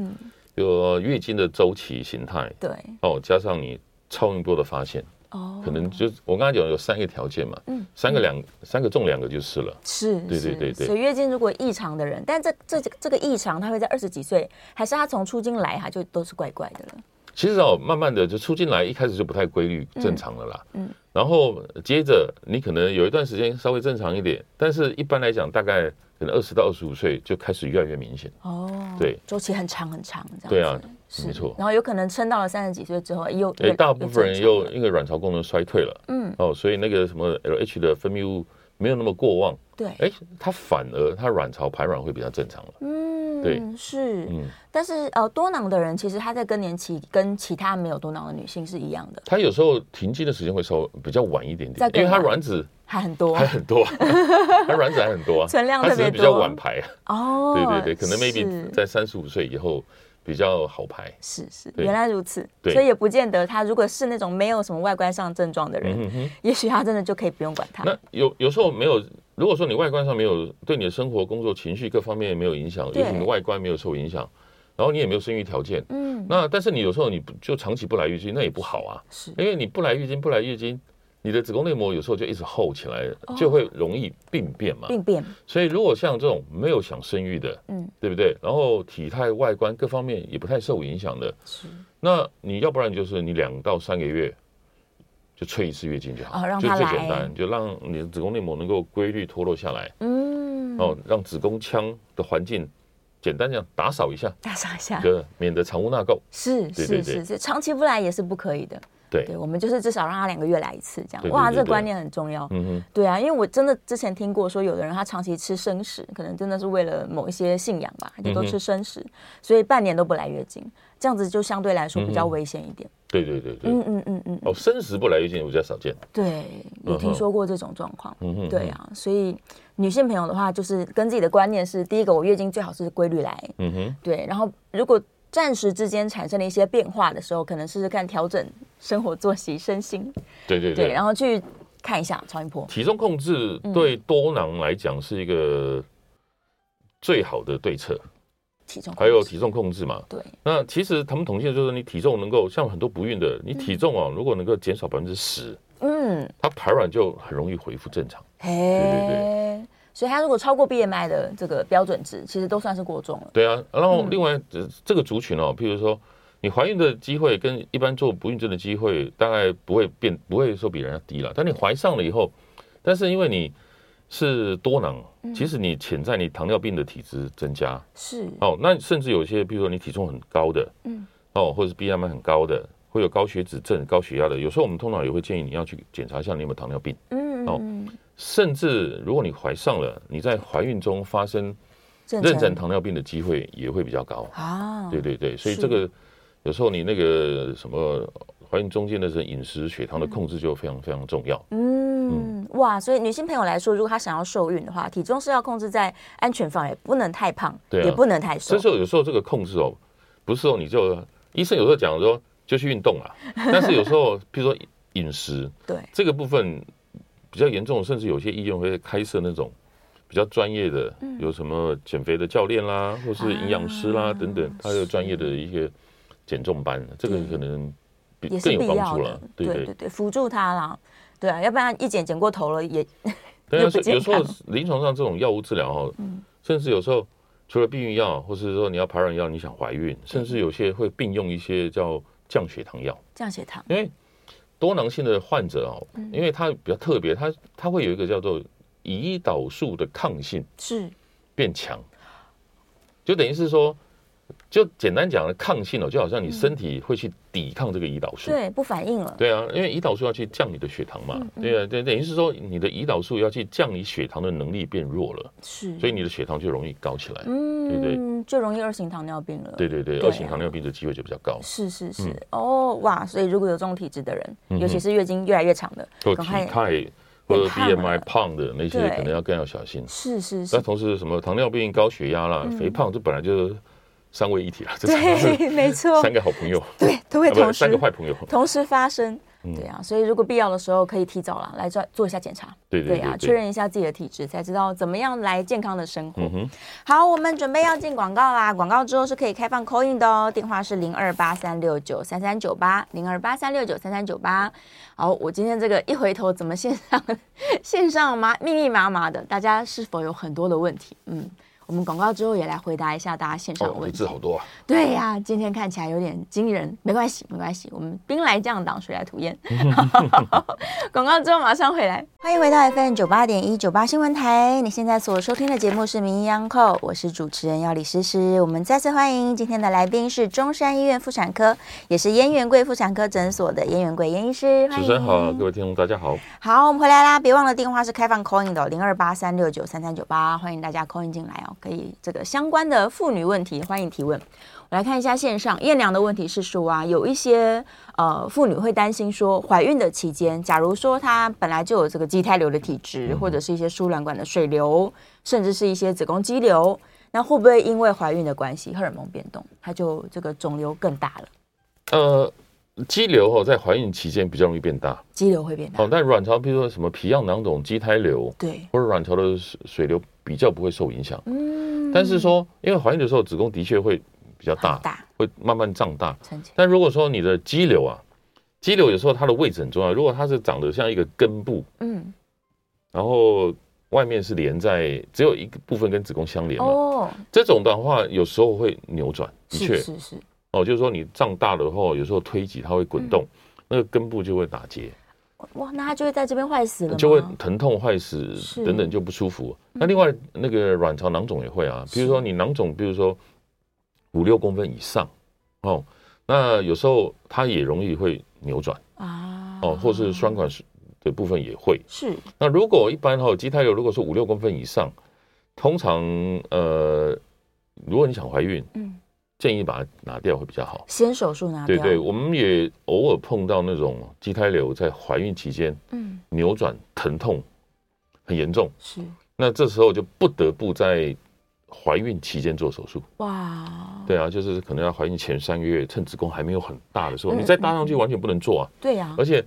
Speaker 3: 有月经的周期形态，
Speaker 2: 对，
Speaker 3: 哦，加上你超音波的发现，
Speaker 2: 哦，
Speaker 3: 可能就我刚才讲有三个条件嘛，
Speaker 2: 嗯
Speaker 3: 三个两三个中两个就是了，
Speaker 2: 是，
Speaker 3: 对对
Speaker 2: 是
Speaker 3: 对对
Speaker 2: 所以月经如果异常的人，但这这这个异常，他会在二十几岁，还是他从出经来，他就都是怪怪的了，
Speaker 3: 其实哦，慢慢的就出进来，一开始就不太规律，正常了啦。
Speaker 2: 嗯
Speaker 3: 然后接着你可能有一段时间稍微正常一点，但是一般来讲，大概可能二十到二十五岁就开始越来越明显。
Speaker 2: 哦，
Speaker 3: 对，
Speaker 2: 周期很长很长，这样子
Speaker 3: 对啊，
Speaker 2: 是
Speaker 3: 没错
Speaker 2: 然后有可能撑到了三十几岁之后，又
Speaker 3: 诶，
Speaker 2: 又
Speaker 3: 大部分人
Speaker 2: 正
Speaker 3: 又
Speaker 2: 常了
Speaker 3: 因为卵巢功能衰退了，
Speaker 2: 嗯，
Speaker 3: 哦，所以那个什么 LH 的分泌物没有那么过旺，
Speaker 2: 对，
Speaker 3: 哎，它反而它卵巢排卵会比较正常了。
Speaker 2: 嗯，
Speaker 3: 对
Speaker 2: 是，
Speaker 3: 嗯，
Speaker 2: 但是呃，多囊的人其实他在更年期跟其他没有多囊的女性是一样的，
Speaker 3: 它有时候停经的时间会稍微比较晚一点
Speaker 2: 再更
Speaker 3: 点，因为它
Speaker 2: 晚
Speaker 3: 卵子
Speaker 2: 还很多
Speaker 3: 还很多、啊， 它卵子还很多 啊，
Speaker 2: 存量
Speaker 3: 它
Speaker 2: 特
Speaker 3: 只
Speaker 2: 别
Speaker 3: 是比较
Speaker 2: 多
Speaker 3: 晚排啊，
Speaker 2: 哦，
Speaker 3: 对对对，可能 maybe
Speaker 2: 是
Speaker 3: 在三十五岁以后比较好排。
Speaker 2: 是是，
Speaker 3: 对
Speaker 2: 原来如此，
Speaker 3: 对
Speaker 2: 所以也不见得他如果是那种没有什么外观上症状的人，
Speaker 3: 嗯哼，
Speaker 2: 也许他真的就可以不用管他。
Speaker 3: 那有有时候没有，如果说你外观上没有对你的生活、工作、情绪各方面没有影响，
Speaker 2: 对
Speaker 3: 也许你的外观没有受影响，然后你也没有生育条件，
Speaker 2: 嗯，
Speaker 3: 那但是你有时候你不就长期不来月经，那也不好啊，
Speaker 2: 是
Speaker 3: 因为你不来月经，不来月经。你的子宫内膜有时候就一直厚起来，就会容易病变嘛。
Speaker 2: 哦病变，
Speaker 3: 所以，如果像这种没有想生育的，
Speaker 2: 嗯，
Speaker 3: 对不对？然后体态、外观各方面也不太受影响的，
Speaker 2: 是
Speaker 3: 那你要不然就是你两到三个月就催一次月经就好，
Speaker 2: 哦让
Speaker 3: 就
Speaker 2: 它
Speaker 3: 最
Speaker 2: 来
Speaker 3: 简单，就让你的子宫内膜能够规律脱落下来，
Speaker 2: 嗯，
Speaker 3: 哦，让子宫腔的环境简单讲打扫一下，
Speaker 2: 大傻一下，
Speaker 3: 就免得藏污纳垢。
Speaker 2: 是
Speaker 3: 对
Speaker 2: 是
Speaker 3: 对对
Speaker 2: 是是，长期不来也是不可以的。
Speaker 3: 对，
Speaker 2: 对，我们就是至少让他两个月来一次这样。
Speaker 3: 对对
Speaker 2: 哇，
Speaker 3: 对
Speaker 2: 这个
Speaker 3: 对
Speaker 2: 观念很重要。
Speaker 3: 嗯哼，
Speaker 2: 对啊，因为我真的之前听过说，有的人他长期吃生食，可能真的是为了某一些信仰吧，他就都
Speaker 3: 嗯哼
Speaker 2: 吃生食，所以半年都不来月经，这样子就相对来说比较
Speaker 3: 嗯哼
Speaker 2: 危险一点。
Speaker 3: 对对对对。
Speaker 2: 嗯嗯嗯嗯，
Speaker 3: 哦，生食不来月经比较少见。
Speaker 2: 对，有
Speaker 3: 嗯
Speaker 2: 听
Speaker 3: 哼
Speaker 2: 说过这种状况。
Speaker 3: 嗯哼，
Speaker 2: 对，啊，所以女性朋友的话，就是跟自己的观念是：第一个，我月经最好是规律来，
Speaker 3: 嗯哼，
Speaker 2: 对。然后，如果暂时之间产生了一些变化的时候，可能试试看调整生活作息、身心，
Speaker 3: 对对
Speaker 2: 对，
Speaker 3: 对。
Speaker 2: 然后去看一下超音波。
Speaker 3: 体重控制对多囊来讲是一个最好的对策，
Speaker 2: 体重控
Speaker 3: 还有
Speaker 2: 制
Speaker 3: 体重控制嘛。
Speaker 2: 对，
Speaker 3: 那其实他们统计的就是你体重能够像很多不孕的，你体重啊如果能够减少百分之十，
Speaker 2: 嗯，
Speaker 3: 它排卵就很容易恢复正常。
Speaker 2: 嘿，
Speaker 3: 对
Speaker 2: 所所以它如果超过 BMI 的这个标准值，其实都算是过重了。
Speaker 3: 对啊，然后另外、呃这个族群哦，譬如说你怀孕的机会跟一般做不孕症的机会大概不会变，不会说比人家低了。但你怀上了以后，但是因为你是多囊，其实你潜在你糖尿病的体质增加、
Speaker 2: 是，
Speaker 3: 哦。那甚至有些，譬如说你体重很高的，
Speaker 2: 嗯，
Speaker 3: 哦，或者是 BMI 很高的，会有高血脂症、高血压的，有时候我们通常也会建议你要去检查一下你有没有糖尿病。
Speaker 2: 嗯，
Speaker 3: 哦
Speaker 2: 嗯
Speaker 3: 甚至如果你怀上了，你在怀孕中发生妊娠糖尿病的机会也会比较高。
Speaker 2: 啊，
Speaker 3: 对对对，所以
Speaker 2: 是
Speaker 3: 这个有时候你那个什么怀孕中间的这饮食、血糖的控制就非常非常重要。
Speaker 2: 嗯，哇，所以女性朋友来说，如果她想要受孕的话，体重是要控制在安全范围，不能太胖，
Speaker 3: 对啊
Speaker 2: 也不能太瘦
Speaker 3: 这。时候有时候这个控制哦，不是哦，你就医生有时候讲说就去运动啊，但是有时候譬如说饮食
Speaker 2: 对，
Speaker 3: 这个部分比较严重，甚至有些医院会开设那种。比较专业的，有什么减肥的教练啦，或是营养师啦、
Speaker 2: 嗯啊
Speaker 3: 等等，他有专业的一些减重班，这个可能比
Speaker 2: 也
Speaker 3: 更
Speaker 2: 是
Speaker 3: 有
Speaker 2: 必
Speaker 3: 帮
Speaker 2: 要
Speaker 3: 助
Speaker 2: 的
Speaker 3: 了。。对对
Speaker 2: 对对，辅助她啦。对啊，要不然一减减过头了也
Speaker 3: 对
Speaker 2: 又不
Speaker 3: 啊，所以有时
Speaker 2: 健
Speaker 3: 候
Speaker 2: 康
Speaker 3: 临床上这种药物治疗哦，
Speaker 2: 嗯
Speaker 3: 甚至有时候除了避孕药，或是说你要排卵药，你想怀
Speaker 2: 嗯
Speaker 3: 孕，甚至有些会并用一些叫降血糖药，
Speaker 2: 降血糖。
Speaker 3: 因为多囊性的患者哦，
Speaker 2: 嗯
Speaker 3: 因为它比较特别，它它会有一个叫做胰岛素的抗性
Speaker 2: 是，
Speaker 3: 变强，就等于是说，就简单讲的抗性哦，就好像你身体会去抵抗这个胰岛素。
Speaker 2: 对，嗯不反应了。
Speaker 3: 对啊，因为胰岛素要去降你的血糖嘛，对啊，对，等于是说你的胰岛素要去降你血糖的能力变弱了。
Speaker 2: 是，
Speaker 3: 所以你的血糖就容易高起来。对不对
Speaker 2: 嗯，就容易二型糖尿病了。
Speaker 3: 对对对，
Speaker 2: 对啊
Speaker 3: 二型糖尿病的机会就比较高，
Speaker 2: 是是是、
Speaker 3: 嗯
Speaker 2: 哦哇！所以如果有这种体质的人，
Speaker 3: 嗯哼
Speaker 2: 尤其是月经越来越长的，
Speaker 3: 或
Speaker 2: 赶
Speaker 3: 体
Speaker 2: 快
Speaker 3: 态或者
Speaker 2: 变胖了
Speaker 3: BMI 胖的那些
Speaker 2: 对，
Speaker 3: 可能要更要小心。
Speaker 2: 是是
Speaker 3: 那
Speaker 2: 是，
Speaker 3: 同时什么糖尿病、高血压啦、肥胖，这本来就是三位一 体啦，这三
Speaker 2: 嗯对，没错，
Speaker 3: 三个好朋友，
Speaker 2: 对，都 会
Speaker 3: 啊不
Speaker 2: 同
Speaker 3: 是三
Speaker 2: 时
Speaker 3: 个坏朋友。
Speaker 2: 同时发生。
Speaker 3: 嗯
Speaker 2: 对啊，所以如果必要的时候，可以提早啦来做做一下检查。
Speaker 3: 对对
Speaker 2: 啊，
Speaker 3: 对
Speaker 2: 确
Speaker 3: 对，
Speaker 2: 认一下自己的体质，才知道怎么样来健康的生活。
Speaker 3: 嗯哼，
Speaker 2: 好，我们准备要进广告啦，广告之后是可以开放 call in 的哦，电话是零二八三六九三三九八零二八三六九三三九八。好，我今天这个一回头，怎么线上线上麻密密麻麻的，大家是否有很多的问题？嗯，我们广告之后也来回答一下大家线上的
Speaker 3: 哦，
Speaker 2: 问
Speaker 3: 文
Speaker 2: 题。
Speaker 3: 字好多啊，
Speaker 2: 对呀、今天看起来有点惊人，没关系，没关系，我们兵来将挡，水来土 掩。 广告之后马上回来，欢迎回到 FM 九八点一九八新闻台，你现在所收听的节目是《名医央叩》，我是主持人要李诗诗。我们再次欢迎今天的来宾是中山医院妇产科，也是燕园贵妇产科诊所的燕园贵燕医师，欢
Speaker 3: 主
Speaker 2: 迎
Speaker 3: 持人好，各位听众大家好，
Speaker 2: 好，我们回来啦！别忘了电话是开放 call in 的零二八三六九三三九八，欢迎大家 call in 进来哦。可以这个相关的妇女问题，欢迎提问。我来看一下线上燕良的问题是说啊，有一些呃妇女会担心说，怀孕的期间，假如说她本来就有这个畸胎瘤的体
Speaker 3: 嗯
Speaker 2: 质，或者是一些输卵管的水流，甚至是一些子宫肌瘤，那会不会因为怀孕的关系，荷尔蒙变动，它就这个肿瘤更大了，
Speaker 3: 呃。肌瘤哦，在怀孕期间比较容易变大
Speaker 2: 肌瘤会变大？
Speaker 3: 哦，但卵巢，譬如说什么皮样囊肿、畸胎瘤，
Speaker 2: 对，
Speaker 3: 或者卵巢的水水流比较不会受影响。
Speaker 2: 嗯
Speaker 3: 但是说，因为怀孕的时候子宫的确会比较大
Speaker 2: 很，大
Speaker 3: 会慢慢胀大。
Speaker 2: 陈姐
Speaker 3: 但如果说你的肌瘤啊，肌瘤有时候它的位置很重要。如果它是长得像一个根部，
Speaker 2: 嗯，
Speaker 3: 然后外面是连在只有一个部分跟子宫相连嘛，
Speaker 2: 哦。
Speaker 3: 这种的话有时候会扭转，的确
Speaker 2: 是是是
Speaker 3: 哦，就是说你胀大了后，有时候推挤它会滚动。
Speaker 2: 嗯
Speaker 3: 那个根部就会打结，
Speaker 2: 哇，那它就会在这边坏死了吗，
Speaker 3: 就会疼痛、坏死
Speaker 2: 是
Speaker 3: 等等就不舒服。
Speaker 2: 嗯
Speaker 3: 那另外那个卵巢囊肿也会啊，比如说你囊肿，比如说五六公分以上哦，那有时候它也容易会扭转。
Speaker 2: 啊
Speaker 3: 哦，或是双管的部分也会。
Speaker 2: 是
Speaker 3: 那如果一般哈、哦，畸胎瘤如果是五六公分以上，通常呃，如果你想怀孕，
Speaker 2: 嗯
Speaker 3: 建议把它拿掉会比较好。
Speaker 2: 先手术拿
Speaker 3: 对
Speaker 2: 掉，
Speaker 3: 对，我们也偶尔碰到那种畸胎瘤在怀孕期间
Speaker 2: 嗯
Speaker 3: 扭转疼痛很严重，
Speaker 2: 是
Speaker 3: 那这时候就不得不在怀孕期间做手术。
Speaker 2: 哇，
Speaker 3: 对啊，就是可能要怀孕前三个月，趁子宫还没有很大的时候，
Speaker 2: 嗯
Speaker 3: 你再搭上去完全不能做啊。
Speaker 2: 对呀，
Speaker 3: 而且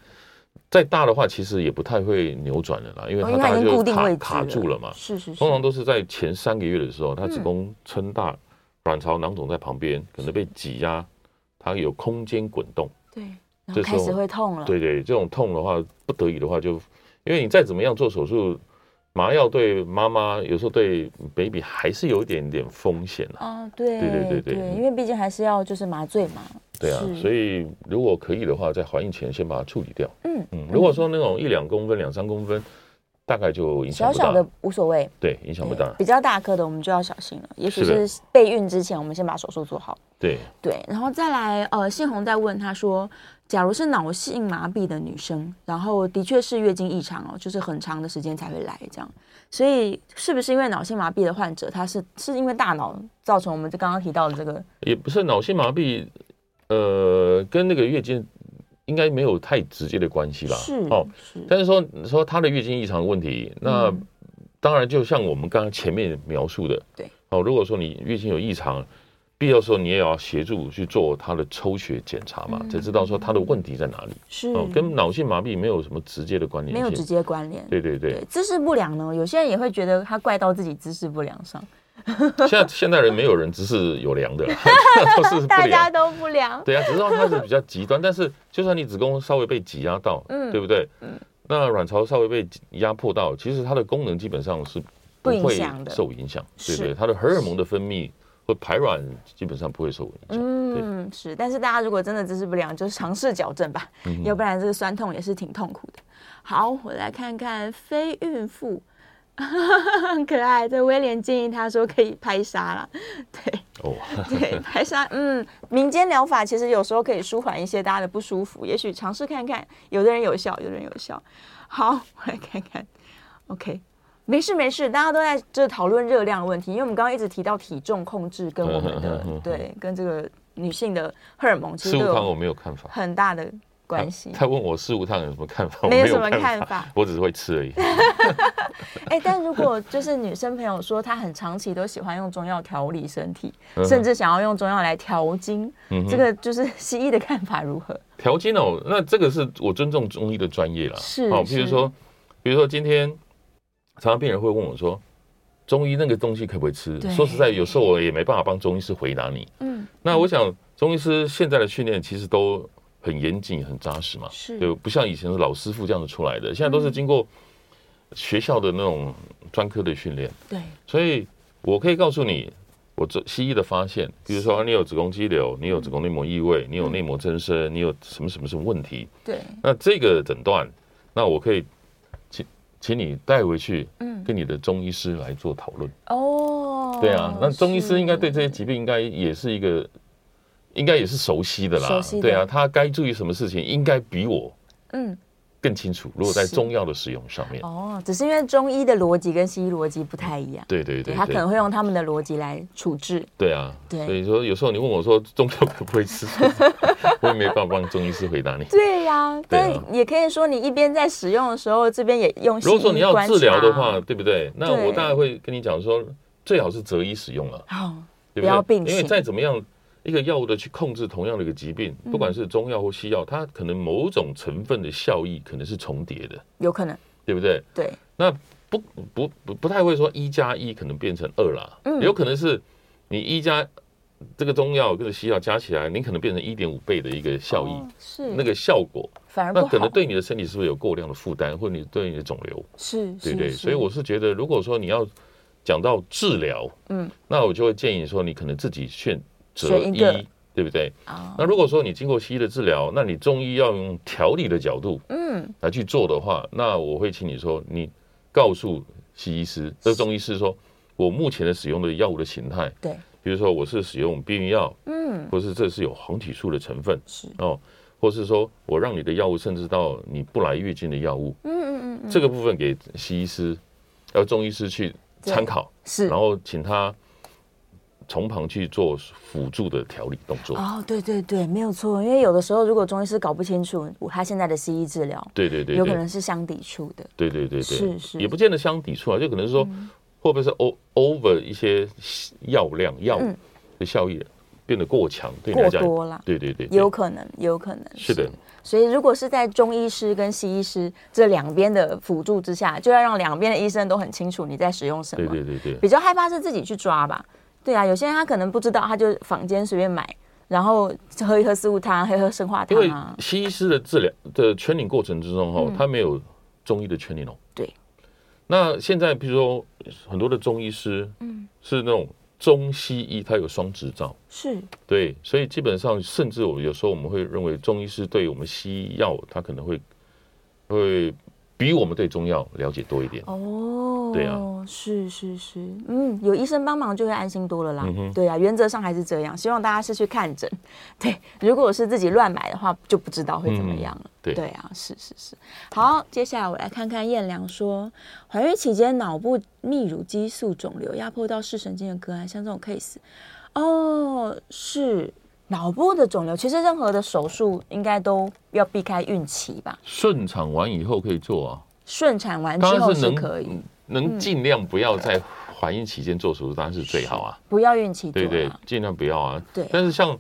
Speaker 3: 再大的话，其实也不太会扭转了啦，因为
Speaker 2: 哦
Speaker 3: 它
Speaker 2: 因为
Speaker 3: 大
Speaker 2: 它已
Speaker 3: 概
Speaker 2: 经
Speaker 3: 就
Speaker 2: 固定
Speaker 3: 卡
Speaker 2: 位置
Speaker 3: 卡住了嘛。
Speaker 2: 是是是，
Speaker 3: 通常都是在前三个月的时候，
Speaker 2: 嗯
Speaker 3: 它子宫撑大，卵巢囊肿在旁边，可能被挤压，它有空间滚动。
Speaker 2: 对，然后
Speaker 3: 这时
Speaker 2: 开
Speaker 3: 候
Speaker 2: 始会痛了，
Speaker 3: 对对，这种痛的话，不得已的话就，因为你再怎么样做手术，麻药对妈妈有时候对 baby 还是有一点点风险啊。
Speaker 2: 哦，对
Speaker 3: 对对对嗯对
Speaker 2: 因为毕竟还是要就是麻醉嘛，
Speaker 3: 对啊，
Speaker 2: 是
Speaker 3: 所以如果可以的话，在怀孕前先把它处理掉。
Speaker 2: 嗯
Speaker 3: 嗯，如果说那种一两公分、两三公分，大概就影响
Speaker 2: 小
Speaker 3: 不大。
Speaker 2: 小的无所谓，
Speaker 3: 对，影响不
Speaker 2: 对
Speaker 3: 大。
Speaker 2: 比较大颗的我们就要小心了，也许
Speaker 3: 是的
Speaker 2: 是备孕之前我们先把手术做好。
Speaker 3: 对，
Speaker 2: 对，然后再来，呃，信宏在问他说，假如是脑性麻痹的女生，然后的确是月经异常哦，就是很长的时间才会来这样，所以是不是因为脑性麻痹的患者，他是是因为大脑造成我们这刚刚提到的这个
Speaker 3: 也不是脑性麻痹，呃，跟那个月经应该没有太直接的关系啦。
Speaker 2: 是
Speaker 3: 哦，
Speaker 2: 是
Speaker 3: 但是说你说她的月经异常问题，那
Speaker 2: 嗯
Speaker 3: 当然就像我们刚刚前面描述的，
Speaker 2: 对，
Speaker 3: 哦，如果说你月经有异常，必要时候你也要协助去做她的抽血检查嘛，才知道说她的问题在哪里。
Speaker 2: 是、
Speaker 3: 哦，跟脑性麻痹没有什么直接的关联
Speaker 2: 嗯没
Speaker 3: 性。
Speaker 2: 有直接关联。
Speaker 3: 对对对，
Speaker 2: 姿势不良呢，有些人也会觉得他怪到自己姿势不良上，
Speaker 3: 现在现代人没有人只是有 良的啦，都是不
Speaker 2: 大家
Speaker 3: 良。
Speaker 2: 都不良。
Speaker 3: 对啊，只是说它是比较极端，但是就算你子宫稍微被挤压到，
Speaker 2: 嗯
Speaker 3: 对不对？那卵巢稍微被压迫到，其实它的功能基本上是
Speaker 2: 不
Speaker 3: 不
Speaker 2: 影
Speaker 3: 会
Speaker 2: 响的
Speaker 3: 受影响，对
Speaker 2: 是
Speaker 3: 不对？它的荷尔蒙的分泌或排卵基本上不会受影响。
Speaker 2: 嗯，是，但是大家如果真的姿势不良，就是尝试矫正吧，要不然这个酸痛也是挺痛苦的。好，我来看看非孕妇， 很可爱。这威廉建议他说可以拍痧啦，对
Speaker 3: 哦，
Speaker 2: 对，拍痧，嗯，民间疗法其实有时候可以舒缓一些大家的不舒服，也许尝试看看，有的人有效，有的人有效。好， 我来看看，OK。没事没事，大家都在这讨论热量的问题，因为我们刚刚一直提到体重控制跟我
Speaker 3: 嗯
Speaker 2: 们的对跟这个女性的荷尔蒙其
Speaker 3: 四
Speaker 2: 实
Speaker 3: 物
Speaker 2: 都
Speaker 3: 汤我
Speaker 2: 有
Speaker 3: 没有看法。
Speaker 2: 很大的关系。
Speaker 3: 他 问我四物汤有什么看法？我
Speaker 2: 嗯没有
Speaker 3: 没
Speaker 2: 什
Speaker 3: 有
Speaker 2: 么
Speaker 3: 看
Speaker 2: 看法
Speaker 3: 法，我只是会吃 而已。
Speaker 2: 哎、但如果就是女生朋友说她很长期都喜欢用中药调理身体，
Speaker 3: 嗯哼
Speaker 2: 甚至想要用中药来调经，
Speaker 3: 嗯哼
Speaker 2: 这个就是西医的看法如何？
Speaker 3: 调经哦，那这个是我尊重中医的专业啦。
Speaker 2: 是
Speaker 3: 哦，比如
Speaker 2: 是
Speaker 3: 说，比如说今天常常病人会问我说，中医那个东西可不可以吃
Speaker 2: 对？
Speaker 3: 说实在，有时候我也没办法帮中医师回答你。
Speaker 2: 嗯，
Speaker 3: 那我想，中医师现在的训练其实都很严谨、很扎实嘛，
Speaker 2: 是嗯
Speaker 3: 对，不像以前是老师傅这样子出来的，现在都是经过学校的那种专科的训练。
Speaker 2: 对，
Speaker 3: 所以我可以告诉你，我这西医的发现，比如说你有子宫肌瘤，你有子宫内膜异位，你有内膜增生，你有什么什么什么问题，
Speaker 2: 对，
Speaker 3: 那这个诊断，那我可以请请你带回去，
Speaker 2: 嗯
Speaker 3: 跟你的中医师来做讨论。
Speaker 2: 哦，
Speaker 3: 对啊，那中医师应该对这些
Speaker 2: 是
Speaker 3: 疾病应该也是一个。应该也是熟悉的啦
Speaker 2: 熟悉，的
Speaker 3: 对啊，他该注意什么事情，应该比我
Speaker 2: 嗯
Speaker 3: 更清楚。如果在
Speaker 2: 是
Speaker 3: 中药的使用上面，
Speaker 2: 哦，只是因为中医的逻辑跟西医逻辑不太一样，
Speaker 3: 对对对，
Speaker 2: 他可
Speaker 3: 对
Speaker 2: 能会用他们的逻辑来处置。
Speaker 3: 对啊，
Speaker 2: 对
Speaker 3: 所以说有时候你问我说中药可不可以吃， 我也没办法帮中医师回答你。
Speaker 2: 对呀、
Speaker 3: 对
Speaker 2: 但
Speaker 3: 啊
Speaker 2: 也可以说你一边在使用的时候，这边也用西
Speaker 3: 如
Speaker 2: 医
Speaker 3: 果说你要
Speaker 2: 观察
Speaker 3: 治疗的话，，对不对？那
Speaker 2: 对
Speaker 3: 我大概会跟你讲说，最好是择医使用了，啊
Speaker 2: 哦，
Speaker 3: 对
Speaker 2: 不要
Speaker 3: 对？
Speaker 2: 并行
Speaker 3: 因为再怎么样，一个药物的去控制同样的一个疾病，
Speaker 2: 嗯
Speaker 3: 不管是中药或西药，它可能某种成分的效益可能是重叠的，
Speaker 2: 有可能
Speaker 3: 对不对？
Speaker 2: 对，
Speaker 3: 那不不不不太会说一加一可能变成二啦，
Speaker 2: 嗯
Speaker 3: 有可能是你一加这个中药跟西药加起来，你可能变成一点五倍的一个效益。
Speaker 2: 哦是
Speaker 3: 那个效果，
Speaker 2: 反而不
Speaker 3: 那
Speaker 2: 好，
Speaker 3: 可能对你的身体是不是有过量的负担，或你对你的肿瘤，
Speaker 2: 是，是
Speaker 3: 对不对？
Speaker 2: 是
Speaker 3: 所以我是觉得，如果说你要讲到治疗，
Speaker 2: 嗯，
Speaker 3: 那我就会建议说，你可能自己选择
Speaker 2: 选一个
Speaker 3: 对不对？
Speaker 2: 啊，
Speaker 3: 那如果说你经过西医的治疗，那你中医要用调理的角度
Speaker 2: 嗯，
Speaker 3: 来去做的话，那我会请你说，你告诉西医师、呃中医师说，我目前的使用的药物的形态，
Speaker 2: 对，
Speaker 3: 比如说我是使用避孕药，
Speaker 2: 嗯，
Speaker 3: 或是这是有黄体素的成分，
Speaker 2: 是，
Speaker 3: 哦，或是说我让你的药物，甚至到你不来月经的药物，
Speaker 2: 嗯嗯嗯嗯，
Speaker 3: 这个部分给西医师，要中医师去参考，
Speaker 2: 是
Speaker 3: 然。后请他从旁去做辅助的调理动作。
Speaker 2: 哦，对对对，没有错，因为有的时候如果中医师搞不清楚他现在的西医治疗，
Speaker 3: 对对对
Speaker 2: 有可
Speaker 3: 对
Speaker 2: 能是相抵触的，
Speaker 3: 对对对
Speaker 2: 是
Speaker 3: 对，
Speaker 2: 是嗯
Speaker 3: 也不见得相抵触啊，就可能是说会不会是 o over 一些药量药
Speaker 2: 嗯
Speaker 3: 的效益变得过强，对你
Speaker 2: 过
Speaker 3: 来讲，
Speaker 2: 多啦，
Speaker 3: 对对对，对
Speaker 2: 也有可能，也有可能
Speaker 3: 是的。
Speaker 2: 所以，如果是在中医师跟西医师这两边的辅助之下，就要让两边的医生都很清楚你在使用什
Speaker 3: 对
Speaker 2: 么。
Speaker 3: 对对对。
Speaker 2: 比较害怕是自己去抓吧。对啊，有些人他可能不知道，他就坊间随便买，然后喝一喝四物汤，喝一喝生化
Speaker 3: 因
Speaker 2: 汤
Speaker 3: 为
Speaker 2: 啊。
Speaker 3: 嗯西医师的治疗的圈领过程之中，哈，他没有中医的圈领哦。
Speaker 2: 对，
Speaker 3: 那现在比如说很多的中医师，嗯，是那种中西医，他有双执照，
Speaker 2: 是
Speaker 3: 对，所以基本上甚至我有时候我们会认为中医师对我们西药，他可能会会比我们对中药了解多一点。
Speaker 2: 哦，
Speaker 3: 对啊，
Speaker 2: 是是是，嗯，有医生帮忙就会安心多了啦。
Speaker 3: 嗯哼
Speaker 2: 对啊，原则上还是这样，希望大家是去看诊。 对，如果是自己乱买的话，就不知道会怎么样了。
Speaker 3: 嗯对
Speaker 2: 对啊，是是是。好，接下来我来看看燕良说，怀孕期间脑部泌乳激素肿瘤压迫到视神经的个案，像这种 case，哦，是脑部的肿瘤，其实任何的手术应该都要避开孕期吧。
Speaker 3: 顺产完以后可以做啊，
Speaker 2: 顺产完之
Speaker 3: 当
Speaker 2: 后
Speaker 3: 然是
Speaker 2: 是
Speaker 3: 能嗯
Speaker 2: 可以，
Speaker 3: 能尽量不要在怀孕期间做手术，当然是最好啊。
Speaker 2: 不要孕期做
Speaker 3: 对对
Speaker 2: 啊，，
Speaker 3: 尽量不要啊。
Speaker 2: 对
Speaker 3: 但是像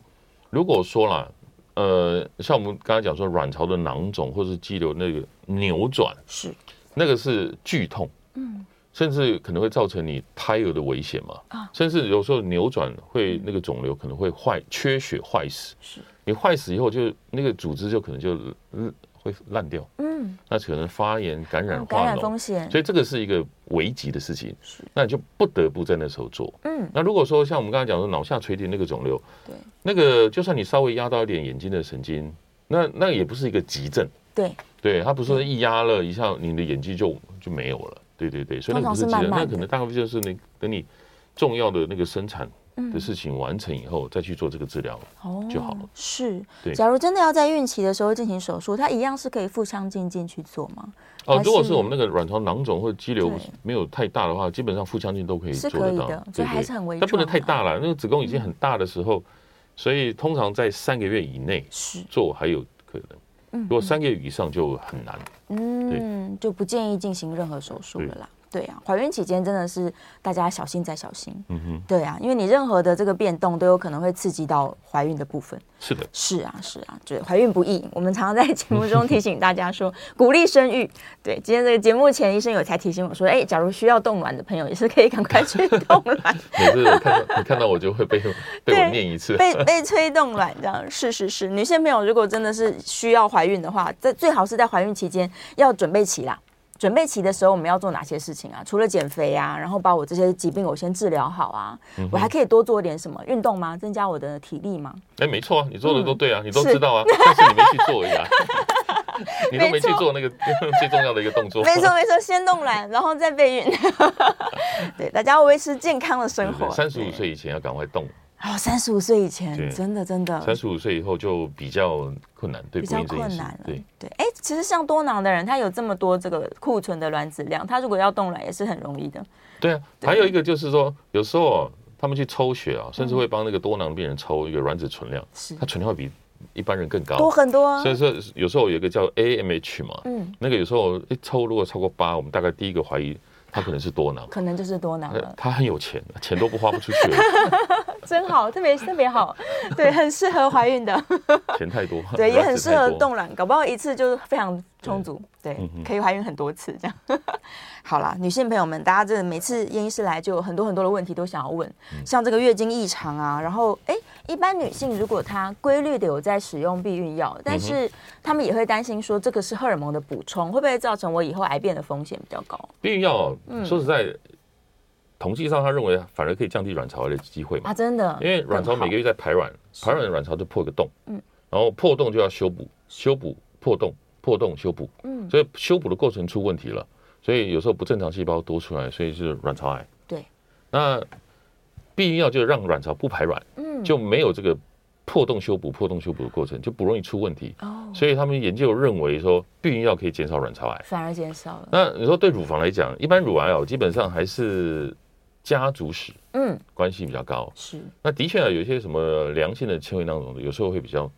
Speaker 3: 如果说啦，呃，像我们刚才讲说卵巢的囊肿或是肌瘤那个扭转，
Speaker 2: 是
Speaker 3: 那个是剧痛，嗯，甚至可能会造成你胎儿的危险嘛，啊，甚至有时候扭转会那个肿瘤可能会坏缺血坏死，
Speaker 2: 是，
Speaker 3: 你坏死以后就那个组织就可能就嗯会烂掉，
Speaker 2: 嗯。
Speaker 3: 那可能发炎感染
Speaker 2: 哦感
Speaker 3: 化
Speaker 2: 染
Speaker 3: 脓
Speaker 2: 风，险，
Speaker 3: 所以这个是一个危急的事情
Speaker 2: 是，
Speaker 3: 那你就不得不在那时候做。
Speaker 2: 嗯，
Speaker 3: 那如果说像我们刚才讲的脑下垂体那个肿瘤，
Speaker 2: 对，
Speaker 3: 那个就算你稍微压到一点眼睛的神经，那那也不是一个急症，
Speaker 2: 对，
Speaker 3: 对，它不是说一压了一下你的眼睛就就没有了，对对对，所以那个不是急
Speaker 2: 通常是慢
Speaker 3: 症，
Speaker 2: 慢
Speaker 3: 那
Speaker 2: 的
Speaker 3: 可能大部分就是你等你重要的那个生产的事情完成以后再去做这个治疗，
Speaker 2: 哦
Speaker 3: 就好了
Speaker 2: 是，
Speaker 3: 对
Speaker 2: 假如真的要在孕期的时候进行手术，它一样是可以腹腔镜进去做吗？
Speaker 3: 哦
Speaker 2: 嗯还，
Speaker 3: 如果
Speaker 2: 是
Speaker 3: 是我们那个卵巢囊肿或者肌瘤
Speaker 2: 对
Speaker 3: 没有太大的话，基本上腹腔镜都可以
Speaker 2: 是
Speaker 3: 做
Speaker 2: 可以
Speaker 3: 得到，
Speaker 2: 的，所以还是很微
Speaker 3: 但不能
Speaker 2: 创
Speaker 3: 太
Speaker 2: 啊
Speaker 3: 大了，那个子宫已经很大的时候，所以通常在三个月以内
Speaker 2: 是，
Speaker 3: 做还有可能，如果三个月以上就很难。
Speaker 2: 嗯，就不建议进行任何手术
Speaker 3: 对
Speaker 2: 了啦。对啊，怀孕期间真的是大家小心再小心。
Speaker 3: 嗯哼，
Speaker 2: 对啊，因为你任何的这个变动都有可能会刺激到怀孕的部分。
Speaker 3: 是的，
Speaker 2: 是啊，是啊，对，怀孕不易。我们常常在节目中提醒大家说，鼓励生育。对，今天这个节目前，医生有才提醒我说，哎，假如需要冻卵的朋友，也是可以赶快去冻卵，
Speaker 3: 每次我看到你看到我就 会被被我念一次。
Speaker 2: 被被催冻卵这样。是是是，女性朋友如果真的是需要怀孕的话，在最好是在怀孕期间要准备期啦。准备期的时候，我们要做哪些事情啊？除了减肥啊，然后把我这些疾病我先治疗好啊，我还可以多做点什么运动吗？增加我的体力吗？
Speaker 3: 哎，没错啊，你做的都对啊，你都
Speaker 2: 嗯是
Speaker 3: 知道啊，但是你没去做而 已啊，你都没去
Speaker 2: 没错
Speaker 3: 做那个 最重要的一个动作。
Speaker 2: 没错没错，先冻卵，然后再 备孕。对，大家要维持健康的生活。
Speaker 3: 三十五岁以前要赶快动，
Speaker 2: 对，哦，三十五岁以
Speaker 3: 对
Speaker 2: 前，真的真的
Speaker 3: 三十五岁以后就比较困难，
Speaker 2: 嗯
Speaker 3: 对
Speaker 2: 比
Speaker 3: 不
Speaker 2: 较
Speaker 3: 孕这件
Speaker 2: 困
Speaker 3: 事
Speaker 2: 难了。，
Speaker 3: 对，
Speaker 2: 哎，其实像多囊的人，他有这么多这个库存的卵子量，他如果要冻卵也是很容易的。
Speaker 3: 对啊。还有一个就是说，有时候哦他们去抽血啊，甚至会帮那个多囊病人抽一个卵子存量，
Speaker 2: 是
Speaker 3: 它存量会比一般人更高，
Speaker 2: 多很多啊
Speaker 3: 所，以说有时候有一个叫 AMH 嘛，
Speaker 2: 嗯
Speaker 3: 那个有时候一抽如果超过八，我们大概第一个怀疑他可能是多囊。
Speaker 2: 可能就是多囊
Speaker 3: 他
Speaker 2: 了，
Speaker 3: 他很有钱，钱都不花 不出去了，
Speaker 2: 真好，特别特别好， 对，很适合怀孕的，
Speaker 3: 钱太多。
Speaker 2: 对，也很
Speaker 3: 卵子
Speaker 2: 适
Speaker 3: 太
Speaker 2: 合
Speaker 3: 多。嗯
Speaker 2: 冻卵，搞不好一次就是非常充足，对，可以怀孕很多次这样。 好啦，女性朋友们，大家这每次验医师来就有很多很多的问题都想要问，
Speaker 3: 嗯
Speaker 2: 像这个月经异常啊，然后哎，一般女性如果她规律的有在使用避孕药，
Speaker 3: 嗯
Speaker 2: 但是她们也会担心说这个是荷尔蒙的补充，会不会造成我以后癌变的风险比较高
Speaker 3: 避孕药哦，说实在，统计上他认为啊反而可以降低卵巢癌的机会嘛
Speaker 2: 啊？，真的，
Speaker 3: 因为卵巢
Speaker 2: 更好
Speaker 3: 每个月在排
Speaker 2: 嗯
Speaker 3: 卵，排卵的卵巢就破个洞，然后破洞就要修补，修补破洞，破洞修补，
Speaker 2: 嗯
Speaker 3: 所以修补的过程出问题了，所以有时候不正常细胞多出来，所以是卵巢癌。
Speaker 2: 对，
Speaker 3: 那避孕药就是让卵巢不排卵，
Speaker 2: 嗯
Speaker 3: 就没有这个破洞修补、破洞修补的过程，就不容易出问题。
Speaker 2: 哦，
Speaker 3: 所以他们研究认为说，避孕药可以减少卵巢癌。
Speaker 2: 反而减少了，
Speaker 3: 那你说对乳房来讲，一般乳癌哦，基本上还是家族史
Speaker 2: 嗯，
Speaker 3: 关系比较高。
Speaker 2: 是
Speaker 3: 那的确啊，有一些什么良性的纤维囊肿瘤，有时候会比较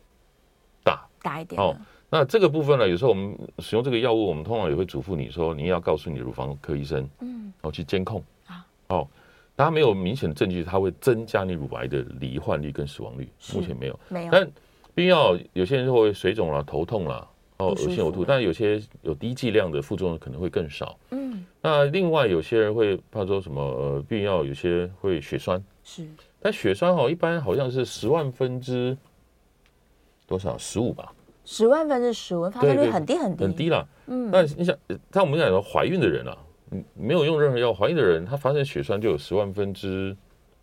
Speaker 3: 大。
Speaker 2: 大一点
Speaker 3: 哦
Speaker 2: 了，，
Speaker 3: 那这个部分呢，有时候我们使用这个药物，我们通常也会嘱咐你说，你要告诉你乳房科医生，
Speaker 2: 嗯，
Speaker 3: 哦，去监控
Speaker 2: 啊，
Speaker 3: 哦，它没有明显的证据，它会增加你乳癌的罹患率跟死亡率，
Speaker 2: 是
Speaker 3: 目前没有。
Speaker 2: 没有，
Speaker 3: 但避孕药有些人就会水肿啦、头痛啦、哦
Speaker 2: 不
Speaker 3: 恶
Speaker 2: 舒服
Speaker 3: 心呕吐，但有些有低剂量的副作用可能会更少。
Speaker 2: 嗯，
Speaker 3: 那另外有些人会怕说什么呃避孕药有些会血栓，
Speaker 2: 是
Speaker 3: 但血栓哦一般好像是十万分之多少十五吧，
Speaker 2: 十万分之十，我发生
Speaker 3: 对
Speaker 2: 率
Speaker 3: 对
Speaker 2: 很低很低，
Speaker 3: 很低啦。
Speaker 2: 嗯
Speaker 3: 那你想，呃在我们讲说怀孕的人啊，嗯没有用任何药，怀孕的人她发生血栓就有十万分之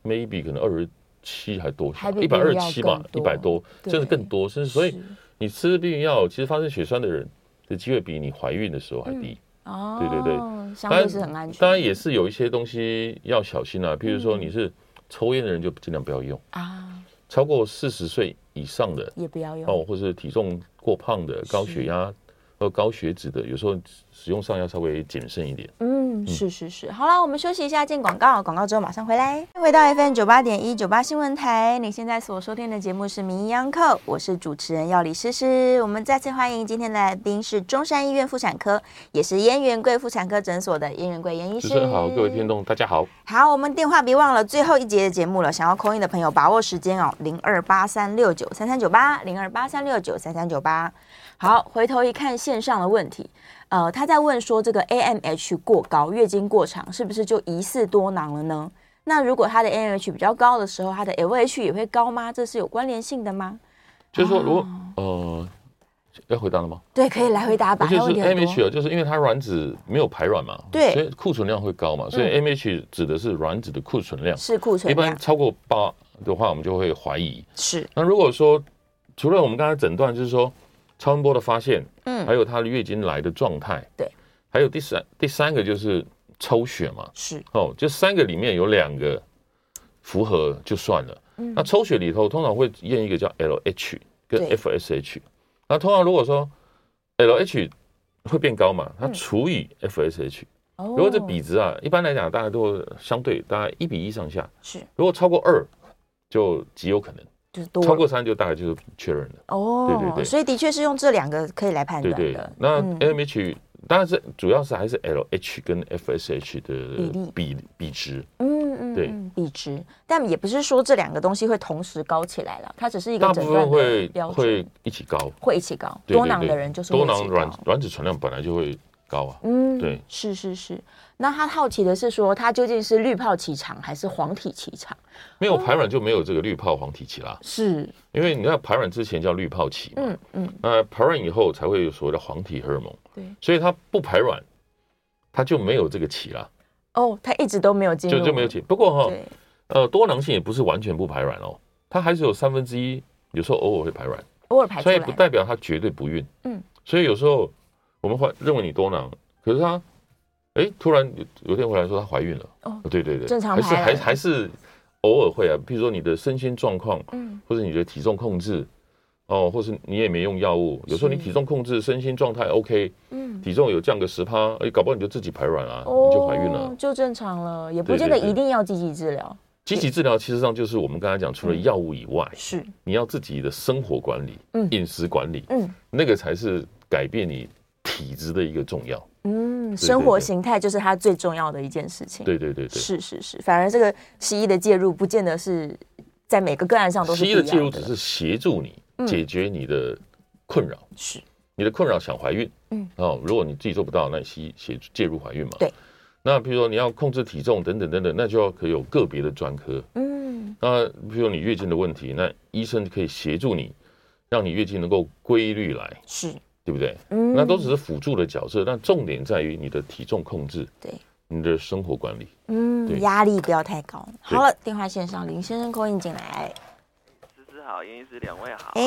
Speaker 3: maybe 可能二十七还多
Speaker 2: 还，比
Speaker 3: 一百二
Speaker 2: 别
Speaker 3: 十
Speaker 2: 人
Speaker 3: 七
Speaker 2: 要
Speaker 3: 吧
Speaker 2: 更，
Speaker 3: 一
Speaker 2: 多
Speaker 3: 百多，
Speaker 2: 对
Speaker 3: 甚至更多，甚至所以你吃避孕药，其实发生血栓的人的机会比你怀孕的时候还低。
Speaker 2: 哦，
Speaker 3: 对对对，
Speaker 2: 相对是很安全，嗯
Speaker 3: 当然也是有一些东西要小心啊，譬如说你是抽烟的人就尽量不要用，
Speaker 2: 啊，
Speaker 3: 超过四十岁以上的
Speaker 2: 也不要用
Speaker 3: 哦，或是体重过胖的、高血压和高血脂的，有时候使用上要稍微谨慎一点。
Speaker 2: 嗯，是是是，好了，我们休息一下，进广告，广告之后马上回来。回到 FM 九八点一九八新闻台，你现在所收听的节目是《名医央叩》，我是主持人药理诗诗。我们再次欢迎今天的来宾是中山医院妇产科，也是燕元贵妇产科诊所的燕元贵燕医
Speaker 3: 主
Speaker 2: 师。
Speaker 3: 持人好，各位听众大家好。
Speaker 2: 好，我们电话别忘了最后一节的节目了，想要扣音的朋友把握时间哦，零二八三六九三三九八，零二八三六九三三九八。好，回头一看线上的问题，呃，他在问说这个 AMH 过高、月经过长是不是就疑似多囊了呢？那如果他的 AMH 比较高的时候，他的 LH 也会高吗？这是有关联性的吗？
Speaker 3: 就是说，如果
Speaker 2: 哦
Speaker 3: 呃，要回答了吗？
Speaker 2: 对，可以来回答吧。还
Speaker 3: 就
Speaker 2: 有问题
Speaker 3: 是
Speaker 2: 很多
Speaker 3: MH 啊，就是因为它卵子没有排卵嘛，
Speaker 2: 对嗯
Speaker 3: 所以库存量会高嘛，所以 MH 指的是卵子的库存量，
Speaker 2: 是库
Speaker 3: 一
Speaker 2: 存
Speaker 3: 般
Speaker 2: 量，
Speaker 3: 超过八的话，我们就会怀疑。
Speaker 2: 是
Speaker 3: 那如果说除了我们刚才诊断，就是说超音波的发现，
Speaker 2: 嗯
Speaker 3: 还有她的月经来的状态，
Speaker 2: 对，
Speaker 3: 还有第三第三个就是抽血嘛，
Speaker 2: 是
Speaker 3: 哦，就三个里面有两个符合就算了。那抽血里头通常会验一个叫 LH 跟
Speaker 2: 嗯对
Speaker 3: FSH，那通常如果说 LH 会变高嘛，它除以 FSH，、
Speaker 2: 嗯哦
Speaker 3: 如果这比值啊，一般来讲大家都相对大概一比一上下，
Speaker 2: 是
Speaker 3: 如果超过二就极有可能。
Speaker 2: 就是多
Speaker 3: 超过三就大概就是确认了。
Speaker 2: 哦，
Speaker 3: 对对对
Speaker 2: 所以的确是用这两个可以来判
Speaker 3: 对
Speaker 2: 断的。
Speaker 3: 对，那
Speaker 2: 嗯
Speaker 3: AMH、当然是主要是还是 LH 跟 FSH 的
Speaker 2: 比
Speaker 3: 比比值，
Speaker 2: 嗯嗯，
Speaker 3: 对
Speaker 2: 嗯，比值，但也不是说这两个东西会同时高起来了，它只是一个
Speaker 3: 大
Speaker 2: 诊
Speaker 3: 部
Speaker 2: 断
Speaker 3: 分
Speaker 2: 的
Speaker 3: 会
Speaker 2: 标准，
Speaker 3: 会一起高。
Speaker 2: 会一起高，
Speaker 3: 对对
Speaker 2: 多囊
Speaker 3: 对
Speaker 2: 的人就是会
Speaker 3: 多
Speaker 2: 一
Speaker 3: 囊
Speaker 2: 起
Speaker 3: 卵
Speaker 2: 高
Speaker 3: 卵子存量本来就会高啊。
Speaker 2: 嗯，
Speaker 3: 对，
Speaker 2: 是是是。那他好奇的是说，他究竟是绿泡期长还是黄体期长？
Speaker 3: 没有排卵就没有这个滤泡黄体期啦，
Speaker 2: 是，
Speaker 3: 因为你看排卵之前叫滤泡期嘛，
Speaker 2: 嗯嗯，
Speaker 3: 那排卵以后才会有所谓的黄体荷尔蒙，
Speaker 2: 对，
Speaker 3: 所以它不排卵，它就没有这个期啦，
Speaker 2: 哦，他一直都没有进入，
Speaker 3: 就就没有期。不过哈，
Speaker 2: 对，
Speaker 3: 呃，多囊性也不是完全不排卵哦，它还是有三分之一，有时候偶尔会排卵。
Speaker 2: 偶尔排出
Speaker 3: 所
Speaker 2: 来
Speaker 3: 以，不代表他绝对不孕。
Speaker 2: 嗯，
Speaker 3: 所以有时候我们怀认为你多囊，可是她，哎，突然有有天回来说她怀孕了。
Speaker 2: 哦，
Speaker 3: 对对对，
Speaker 2: 正常
Speaker 3: 还是
Speaker 2: 排
Speaker 3: 还
Speaker 2: 卵
Speaker 3: 还是偶尔会啊，譬如说你的身心状况，
Speaker 2: 嗯，
Speaker 3: 或者你的体重控制，哦，或是你也没用药物，有时候你
Speaker 2: 是
Speaker 3: 体重控制、身心状态 OK，
Speaker 2: 嗯。
Speaker 3: 体重有降个十趴，哎，搞不好你就自己排卵啊，
Speaker 2: 哦
Speaker 3: 你就怀孕了。
Speaker 2: 就正常了，也不
Speaker 3: 对
Speaker 2: 见得
Speaker 3: 对对
Speaker 2: 一定要积极治疗。
Speaker 3: 积极治疗其实上就是我们刚才讲，
Speaker 2: 嗯
Speaker 3: 除了药物以外，
Speaker 2: 是，
Speaker 3: 你要自己的生活管理、
Speaker 2: 嗯
Speaker 3: 饮食管理，
Speaker 2: 嗯
Speaker 3: 那个才是改变你体质的一个重要。
Speaker 2: 嗯，
Speaker 3: 对
Speaker 2: 生活
Speaker 3: 对
Speaker 2: 形态就是他最重要的一件事情。
Speaker 3: 对对对对，
Speaker 2: 嗯是是是，反而这个西医的介入，不见得是在每个个案上都是
Speaker 3: 西医的
Speaker 2: 必
Speaker 3: 介
Speaker 2: 要
Speaker 3: 入只是协助你
Speaker 2: 嗯
Speaker 3: 解决你的困扰，
Speaker 2: 是
Speaker 3: 你的困扰想怀孕，
Speaker 2: 嗯，
Speaker 3: 哦，如果你自己做不到，那西医协助介入怀孕嘛。
Speaker 2: 对。
Speaker 3: 那比如说你要控制体重等等等等，那就要可以有个别的专科。
Speaker 2: 嗯
Speaker 3: 那比如说你月经的问题，那医生可以协助你，让你月经能够规律来，
Speaker 2: 是
Speaker 3: 对不对？
Speaker 2: 嗯
Speaker 3: 那都只是辅助的角色，但重点在于你的体重控制，
Speaker 2: 对，
Speaker 3: 你的生活管理。
Speaker 2: 嗯
Speaker 3: 对
Speaker 2: 压力不要太高。
Speaker 3: 对
Speaker 2: 好了，电话线上林先生扣印进来，
Speaker 4: 思思好，严医师两位好。
Speaker 2: 哎，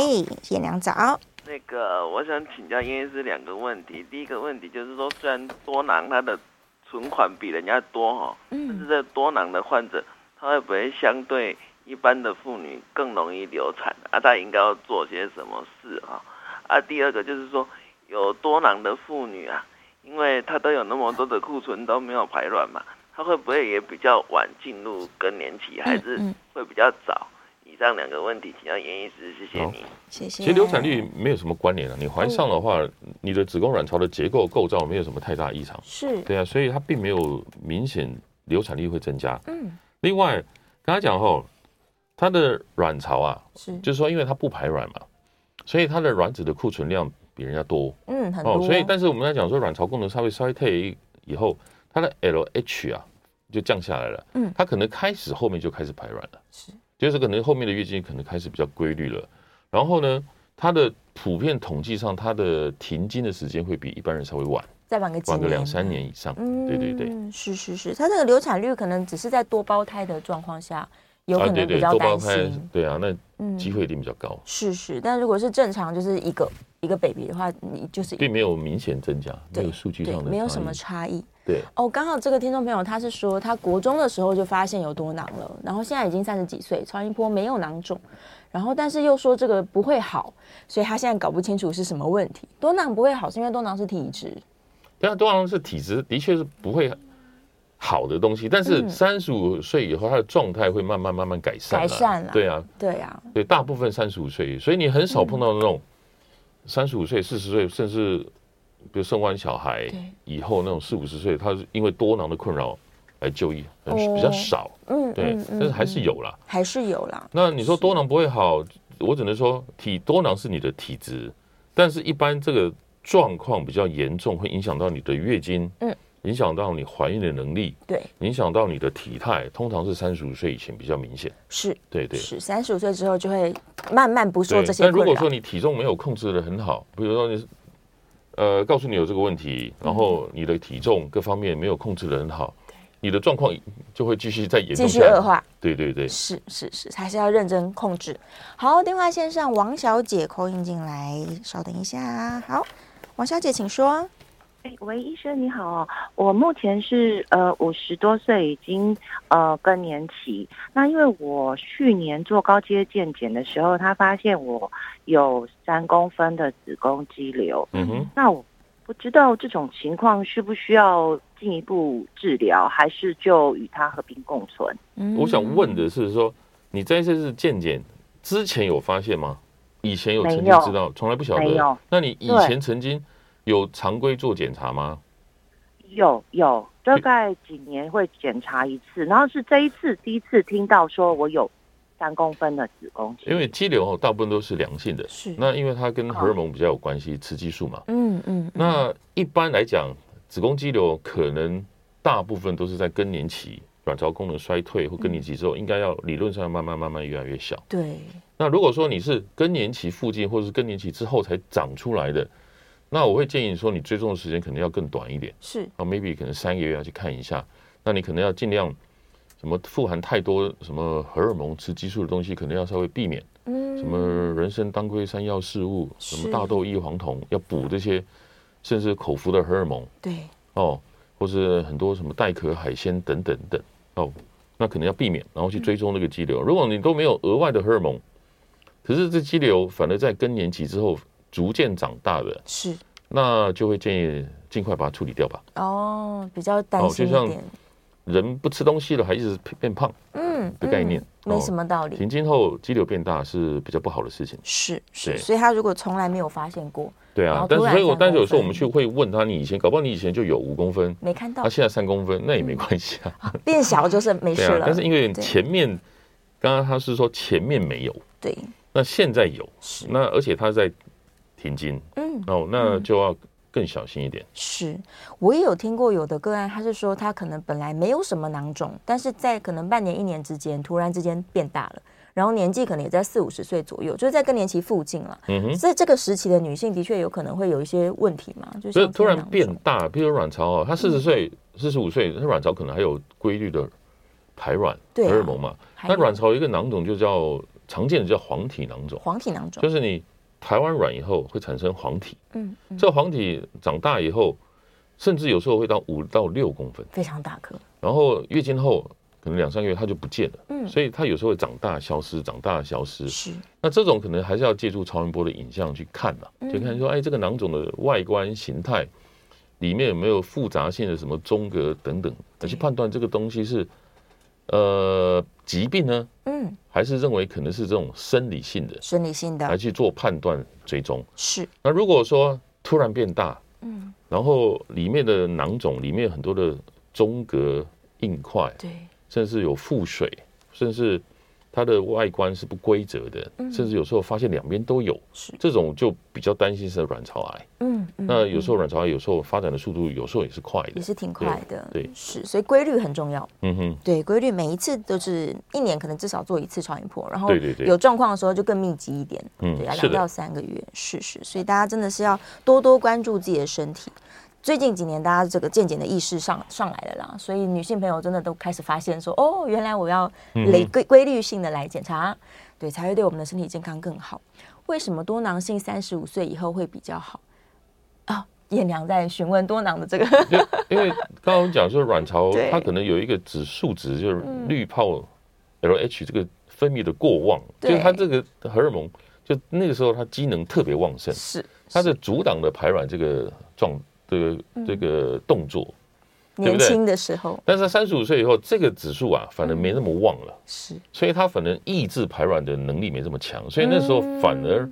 Speaker 2: 颜良早，
Speaker 4: 那个我想请教严医师两个问题。第一个问题就是说，虽然多囊它的存款比人家多哈，但是
Speaker 2: 嗯
Speaker 4: 这多囊的患者，他会不会相对一般的妇女更容易流产？啊，他应该要做些什么事哈？啊，第二个就是说，有多囊的妇女啊，因为她都有那么多的库存都没有排卵嘛，她会不会也比较晚进入更年期，还是
Speaker 2: 嗯
Speaker 4: 会比较早？以上两个问题，请教严医师，谢谢
Speaker 3: 好
Speaker 4: 你。
Speaker 2: 谢谢。
Speaker 3: 其实流产率没有什么关联啊，你怀上的
Speaker 2: 嗯
Speaker 3: 话，你的子宫卵巢的结构构造没有什么太大异常。
Speaker 2: 是
Speaker 3: 对啊，所以它并没有明显流产率会增加。
Speaker 2: 嗯
Speaker 3: 另外，刚才讲吼，它的卵巢啊，
Speaker 2: 是
Speaker 3: 就是说因为它不排卵嘛，所以它的卵子的库存量比人家多
Speaker 2: 嗯很多，
Speaker 3: 哦所以但是我们来讲说，卵巢功能稍微衰退以后，它的 LH 啊就降下来了，
Speaker 2: 嗯
Speaker 3: 它可能开始后面就开始排卵了，
Speaker 2: 是
Speaker 3: 就是可能后面的月经可能开始比较规律了，然后呢，它的普遍统计上，它的停经的时间会比一般人稍微晚，
Speaker 2: 再晚个几
Speaker 3: 晚个
Speaker 2: 年，
Speaker 3: 两三年以上。对对对，
Speaker 2: 嗯，是是是，它这个流产率可能只是在多胞胎的状况下，有可
Speaker 3: 啊对
Speaker 2: 能比
Speaker 3: 对，
Speaker 2: 较
Speaker 3: 多
Speaker 2: 担
Speaker 3: 胞
Speaker 2: 心。
Speaker 3: 胎，对啊，那
Speaker 2: 嗯
Speaker 3: 机会一定比较高，
Speaker 2: 是是，但如果是正常，就是一个一个 baby 的话，你就是
Speaker 3: 并没有明显增加，没
Speaker 2: 对
Speaker 3: 有数据
Speaker 2: 对
Speaker 3: 上的
Speaker 2: 没有
Speaker 3: 差
Speaker 2: 什么
Speaker 3: 异
Speaker 2: 差异。
Speaker 3: 对
Speaker 2: 哦，刚好这个听众朋友他是说，他国中的时候就发现有多囊了，然后现在已经三十几岁，超音波没有囊肿，然后但是又说这个不会好，所以他现在搞不清楚是什么问题。多囊不会好是因为多囊是体质，
Speaker 3: 但多囊啊是体质的确是不会好的东西，但是三十五岁以后，他的状态会慢慢慢慢改善
Speaker 2: 嗯
Speaker 3: 啊。
Speaker 2: 改善啦
Speaker 3: 对啊，
Speaker 2: 对啊，
Speaker 3: 对，大部分三十五岁，所以你很
Speaker 2: 嗯
Speaker 3: 少碰到那种三十五岁、四十岁，甚至比如生完小孩
Speaker 2: 对
Speaker 3: 以后那种四五十岁，他是因为多囊的困扰来就医，很
Speaker 2: 哦
Speaker 3: 比较少。
Speaker 2: 嗯，
Speaker 3: 对
Speaker 2: 嗯，
Speaker 3: 但是还是
Speaker 2: 嗯
Speaker 3: 有啦。
Speaker 2: 还是有啦，
Speaker 3: 那你说多囊不会好，我只能说体多囊是你的体质，但是一般这个状况比较严重，会影响到你的月经，
Speaker 2: 嗯，
Speaker 3: 影响到你怀孕的能力，
Speaker 2: 对，
Speaker 3: 影响到你的体态，通常是三十五岁以前比较明显。
Speaker 2: 是
Speaker 3: 对对
Speaker 2: 是，三十五岁之后就会慢慢不受
Speaker 3: 对
Speaker 2: 这，些
Speaker 3: 但
Speaker 2: 困扰。
Speaker 3: 如果说你体重没有控制的很好，比如说你，呃，告诉你有这个问题，
Speaker 2: 嗯
Speaker 3: 然后你的体重各方面没有控制的很好，你的状况就会继续再严重，
Speaker 2: 继续恶。化，
Speaker 3: 对对对，
Speaker 2: 是是是，还是要认真控制。好，电话线上王小姐扣音进来，稍等一下。啊好，王小姐请说。
Speaker 5: 哎，喂，医生你好哦，我目前是呃五十多岁，已经呃更年期。那因为我去年做高阶健检的时候，他发现我有三公分的子宫肌瘤。
Speaker 3: 嗯哼，
Speaker 5: 那我不知道这种情况需不需要进一步治疗，还是就与它和平共存？
Speaker 2: 嗯
Speaker 3: 我想问的是说，你在这次健检之前有发现吗？以前有
Speaker 5: 没
Speaker 3: 曾经
Speaker 5: 有
Speaker 3: 知道，从来不晓
Speaker 5: 没有
Speaker 3: 得。那你以
Speaker 5: 对
Speaker 3: 前曾经有常规做检查吗？
Speaker 5: 有有，大概几年会检查一次，然后是这一次第一次听到说我有三公分的子宫肌瘤
Speaker 3: 因为肌瘤哦大部分都是良性的，
Speaker 2: 是
Speaker 3: 那因为它
Speaker 2: 哦
Speaker 3: 跟荷尔蒙比较有关系，雌激素嘛。
Speaker 2: 嗯嗯，嗯
Speaker 3: 那一般来讲，子宫肌瘤可能大部分都是在更年期、卵巢功能衰退或更年期之后，应该要理论上慢慢慢慢越来越小。
Speaker 2: 对，
Speaker 3: 那如果说你是更年期附近或者是更年期之后才长出来的，那我会建议说你追踪的时间可能要更短一点，
Speaker 2: 是
Speaker 3: 啊，maybe 可能三个月要去看一下。那你可能要尽量什么富含太多什么荷尔蒙、雌激素的东西，可能要稍微避免。
Speaker 2: 嗯，
Speaker 3: 什么人参、当归、山药、四物，什
Speaker 2: 是
Speaker 3: 么大豆异黄酮，要补这些，甚至口服的荷尔蒙
Speaker 2: 对，
Speaker 3: 哦，或是很多什么带壳海鲜等等等哦，那可能要避免，然后去追踪那个肌瘤。如果你都没有额外的荷尔蒙，可是这肌瘤反而在更年期之后逐渐长大的，
Speaker 2: 是
Speaker 3: 那就会建议尽快把它处理掉吧。
Speaker 2: 哦，比较担
Speaker 3: 哦
Speaker 2: 心
Speaker 3: 就
Speaker 2: 一
Speaker 3: 像
Speaker 2: 点，
Speaker 3: 人不吃东西了，还一直变胖，
Speaker 2: 嗯
Speaker 3: 的概念
Speaker 2: 嗯没
Speaker 3: 哦
Speaker 2: 什么道理。
Speaker 3: 停经后肌瘤变大是比较不好的事情。
Speaker 2: 是是，
Speaker 3: 对
Speaker 2: 所以他如果从来没有发现过，
Speaker 3: 对
Speaker 2: 然
Speaker 3: 啊
Speaker 2: 后，
Speaker 3: 但
Speaker 2: 突
Speaker 3: 是
Speaker 2: 然
Speaker 3: 所以我
Speaker 2: 三
Speaker 3: 但是有时候
Speaker 2: 公
Speaker 3: 我们去
Speaker 2: 分
Speaker 3: 会问他，你以前搞不好你以前就有五公分，
Speaker 2: 没看到
Speaker 3: 他、，现在三公分，那也没关系啊，
Speaker 2: 变小 就是没
Speaker 3: 对
Speaker 2: 事
Speaker 3: 啊
Speaker 2: 了。。
Speaker 3: 但是因为
Speaker 2: 对
Speaker 3: 前面，刚刚他是说前面没有，
Speaker 2: 对
Speaker 3: 那现在有，
Speaker 2: 是
Speaker 3: 那而且他在停经，
Speaker 2: 嗯
Speaker 3: 哦，那就要更小心一点。
Speaker 2: 是，我也有听过有的个案，他是说他可能本来没有什么囊肿，但是在可能半年一年之间，突然之间变大了，然后年纪可能也在四五十岁左右，就是在更年期附近了。
Speaker 3: 嗯哼，
Speaker 2: 在这个时期的女性，的确有可能会有一些问题嘛，就
Speaker 3: 所以
Speaker 2: 是
Speaker 3: 突然变大，比如卵巢哦，他
Speaker 2: 嗯
Speaker 3: 四十岁、四十五岁，他卵巢可能还有规律的排卵
Speaker 2: 对
Speaker 3: 荷
Speaker 2: 啊
Speaker 3: 尔蒙嘛，那卵巢有一个囊肿就叫常见的叫黄体囊肿。
Speaker 2: 黄体囊肿
Speaker 3: 就，是你排完卵以后会产生黄体，
Speaker 2: 嗯，嗯
Speaker 3: 这黄体长大以后，甚至有时候会到五到六公分，
Speaker 2: 非常大颗，
Speaker 3: 然后月经后可能两三个月它就不见了，
Speaker 2: 嗯
Speaker 3: 所以它有时候会长大消失，长大消失。
Speaker 2: 是
Speaker 3: 那这种可能还是要借助超音波的影像去看呐、
Speaker 2: 嗯
Speaker 3: 就看说，哎，这个囊肿的外观形态里面有没有复杂性的什么中隔等等，
Speaker 2: 嗯
Speaker 3: 来去判断这个东西是呃疾病呢，
Speaker 2: 嗯，
Speaker 3: 还是认为可能是这种生理性的，
Speaker 2: 生理性
Speaker 3: 来
Speaker 2: 的，
Speaker 3: 去做判断追踪。
Speaker 2: 是
Speaker 3: 那如果说突然变大，
Speaker 2: 嗯，
Speaker 3: 然后里面的囊肿里面有很多的中隔硬块，
Speaker 2: 对，
Speaker 3: 甚至有腹水，甚至它的外观是不规则的，甚至有时候发现两边都有，
Speaker 2: 嗯是
Speaker 3: 这种就比较担心是卵巢癌。
Speaker 2: 嗯，嗯
Speaker 3: 那有
Speaker 2: 嗯
Speaker 3: 时候卵巢癌有时候发展的速度有时候也是快
Speaker 2: 也
Speaker 3: 的，
Speaker 2: 是挺快的，
Speaker 3: 对
Speaker 2: 是，所以规律很重要。
Speaker 3: 嗯哼，
Speaker 2: 对，规律每一次都是一年可能至少做一次超音波，然后
Speaker 3: 对对对
Speaker 2: 有状况的时候就更密集一点，
Speaker 3: 嗯
Speaker 2: 对啊，
Speaker 3: 是
Speaker 2: 两
Speaker 3: 的
Speaker 2: 到三个月，是是，所以大家真的是要多多关注自己的身体。最近几年大家这个健检的意识上上来了啦，所以女性朋友真的都开始发现说，哦，原来我要
Speaker 3: 嗯
Speaker 2: 累规规律性的来检查，对，才会对我们的身体健康更好。为什么多囊性三十五岁以后会比较好？啊，艳娘在询问多囊的这个
Speaker 3: 就因为刚刚我们讲说卵巢
Speaker 2: 对嗯
Speaker 3: 它可能有一个指数值，就是滤泡 LH 这个分泌的过旺，
Speaker 2: 对
Speaker 3: 就是它这个荷尔蒙，就那个时候它机能特别旺盛，
Speaker 2: 是
Speaker 3: 它的阻挡了排卵这个状这个
Speaker 2: 嗯
Speaker 3: 这个动作。对
Speaker 2: 年
Speaker 3: 不对
Speaker 2: 轻的时候
Speaker 3: 但是三十五岁以后，这个指数啊反而没那么旺了，
Speaker 2: 是
Speaker 3: 所以它反而抑制排卵的能力没这么强，所以那时候反
Speaker 2: 嗯
Speaker 3: 而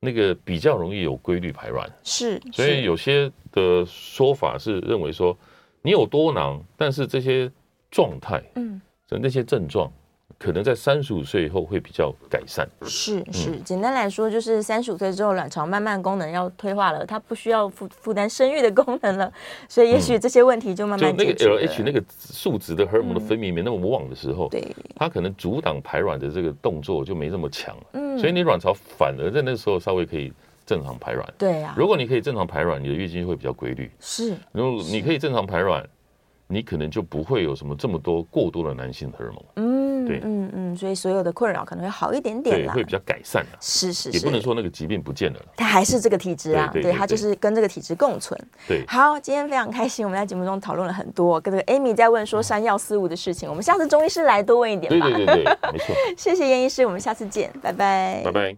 Speaker 3: 那个比较容易有规律排卵。
Speaker 2: 是，
Speaker 3: 所以有些的说法是认为说，你有多囊，但是这些状态，
Speaker 2: 嗯，
Speaker 3: 那些症状，可能在三十五岁以后会比较改善。
Speaker 2: 是
Speaker 3: 嗯
Speaker 2: 是，简单来说就是三十五岁之后，卵巢慢慢功能要退化了，它不需要负负担生育的功能了，所以也许这些问题就慢
Speaker 3: 嗯就
Speaker 2: 慢
Speaker 3: 那
Speaker 2: 解
Speaker 3: 个
Speaker 2: 决了。
Speaker 3: LH 那个数值的荷尔蒙的分泌没那么旺的时候，
Speaker 2: 对，
Speaker 3: 它可能阻挡排卵的这个动作就没这么强，
Speaker 2: 嗯
Speaker 3: 所以你卵巢反而在那时候稍微可以正常排卵。
Speaker 2: 对啊，
Speaker 3: 如果你可以正常排卵，你的月经会比较规律。
Speaker 2: 是
Speaker 3: 如果你可以正常排卵，你可能就不会有什么这么多过多的男性荷尔蒙，
Speaker 2: 嗯
Speaker 3: 对
Speaker 2: 嗯嗯，所以所有的困扰可能会好一点点
Speaker 3: 对，
Speaker 2: 啦
Speaker 3: 会。比较改善啊。
Speaker 2: 是是
Speaker 3: 也不能
Speaker 2: 是，
Speaker 3: 说那个疾病不见了啦，
Speaker 2: 它还是这个体质啊，
Speaker 3: 对对
Speaker 2: 对，
Speaker 3: 对
Speaker 2: 它就
Speaker 3: 对
Speaker 2: 是跟这个体质共存。
Speaker 3: 对，
Speaker 2: 好，今天非常开心，我们在节目中讨论了很多，跟这个 Amy 在问
Speaker 3: 嗯
Speaker 2: 说山药四物的事情，我们下次中医师来多问一点
Speaker 3: 对
Speaker 2: 吧。
Speaker 3: 对对对，没错，
Speaker 2: 谢谢严医师，我们下次见，拜拜。
Speaker 3: 拜拜。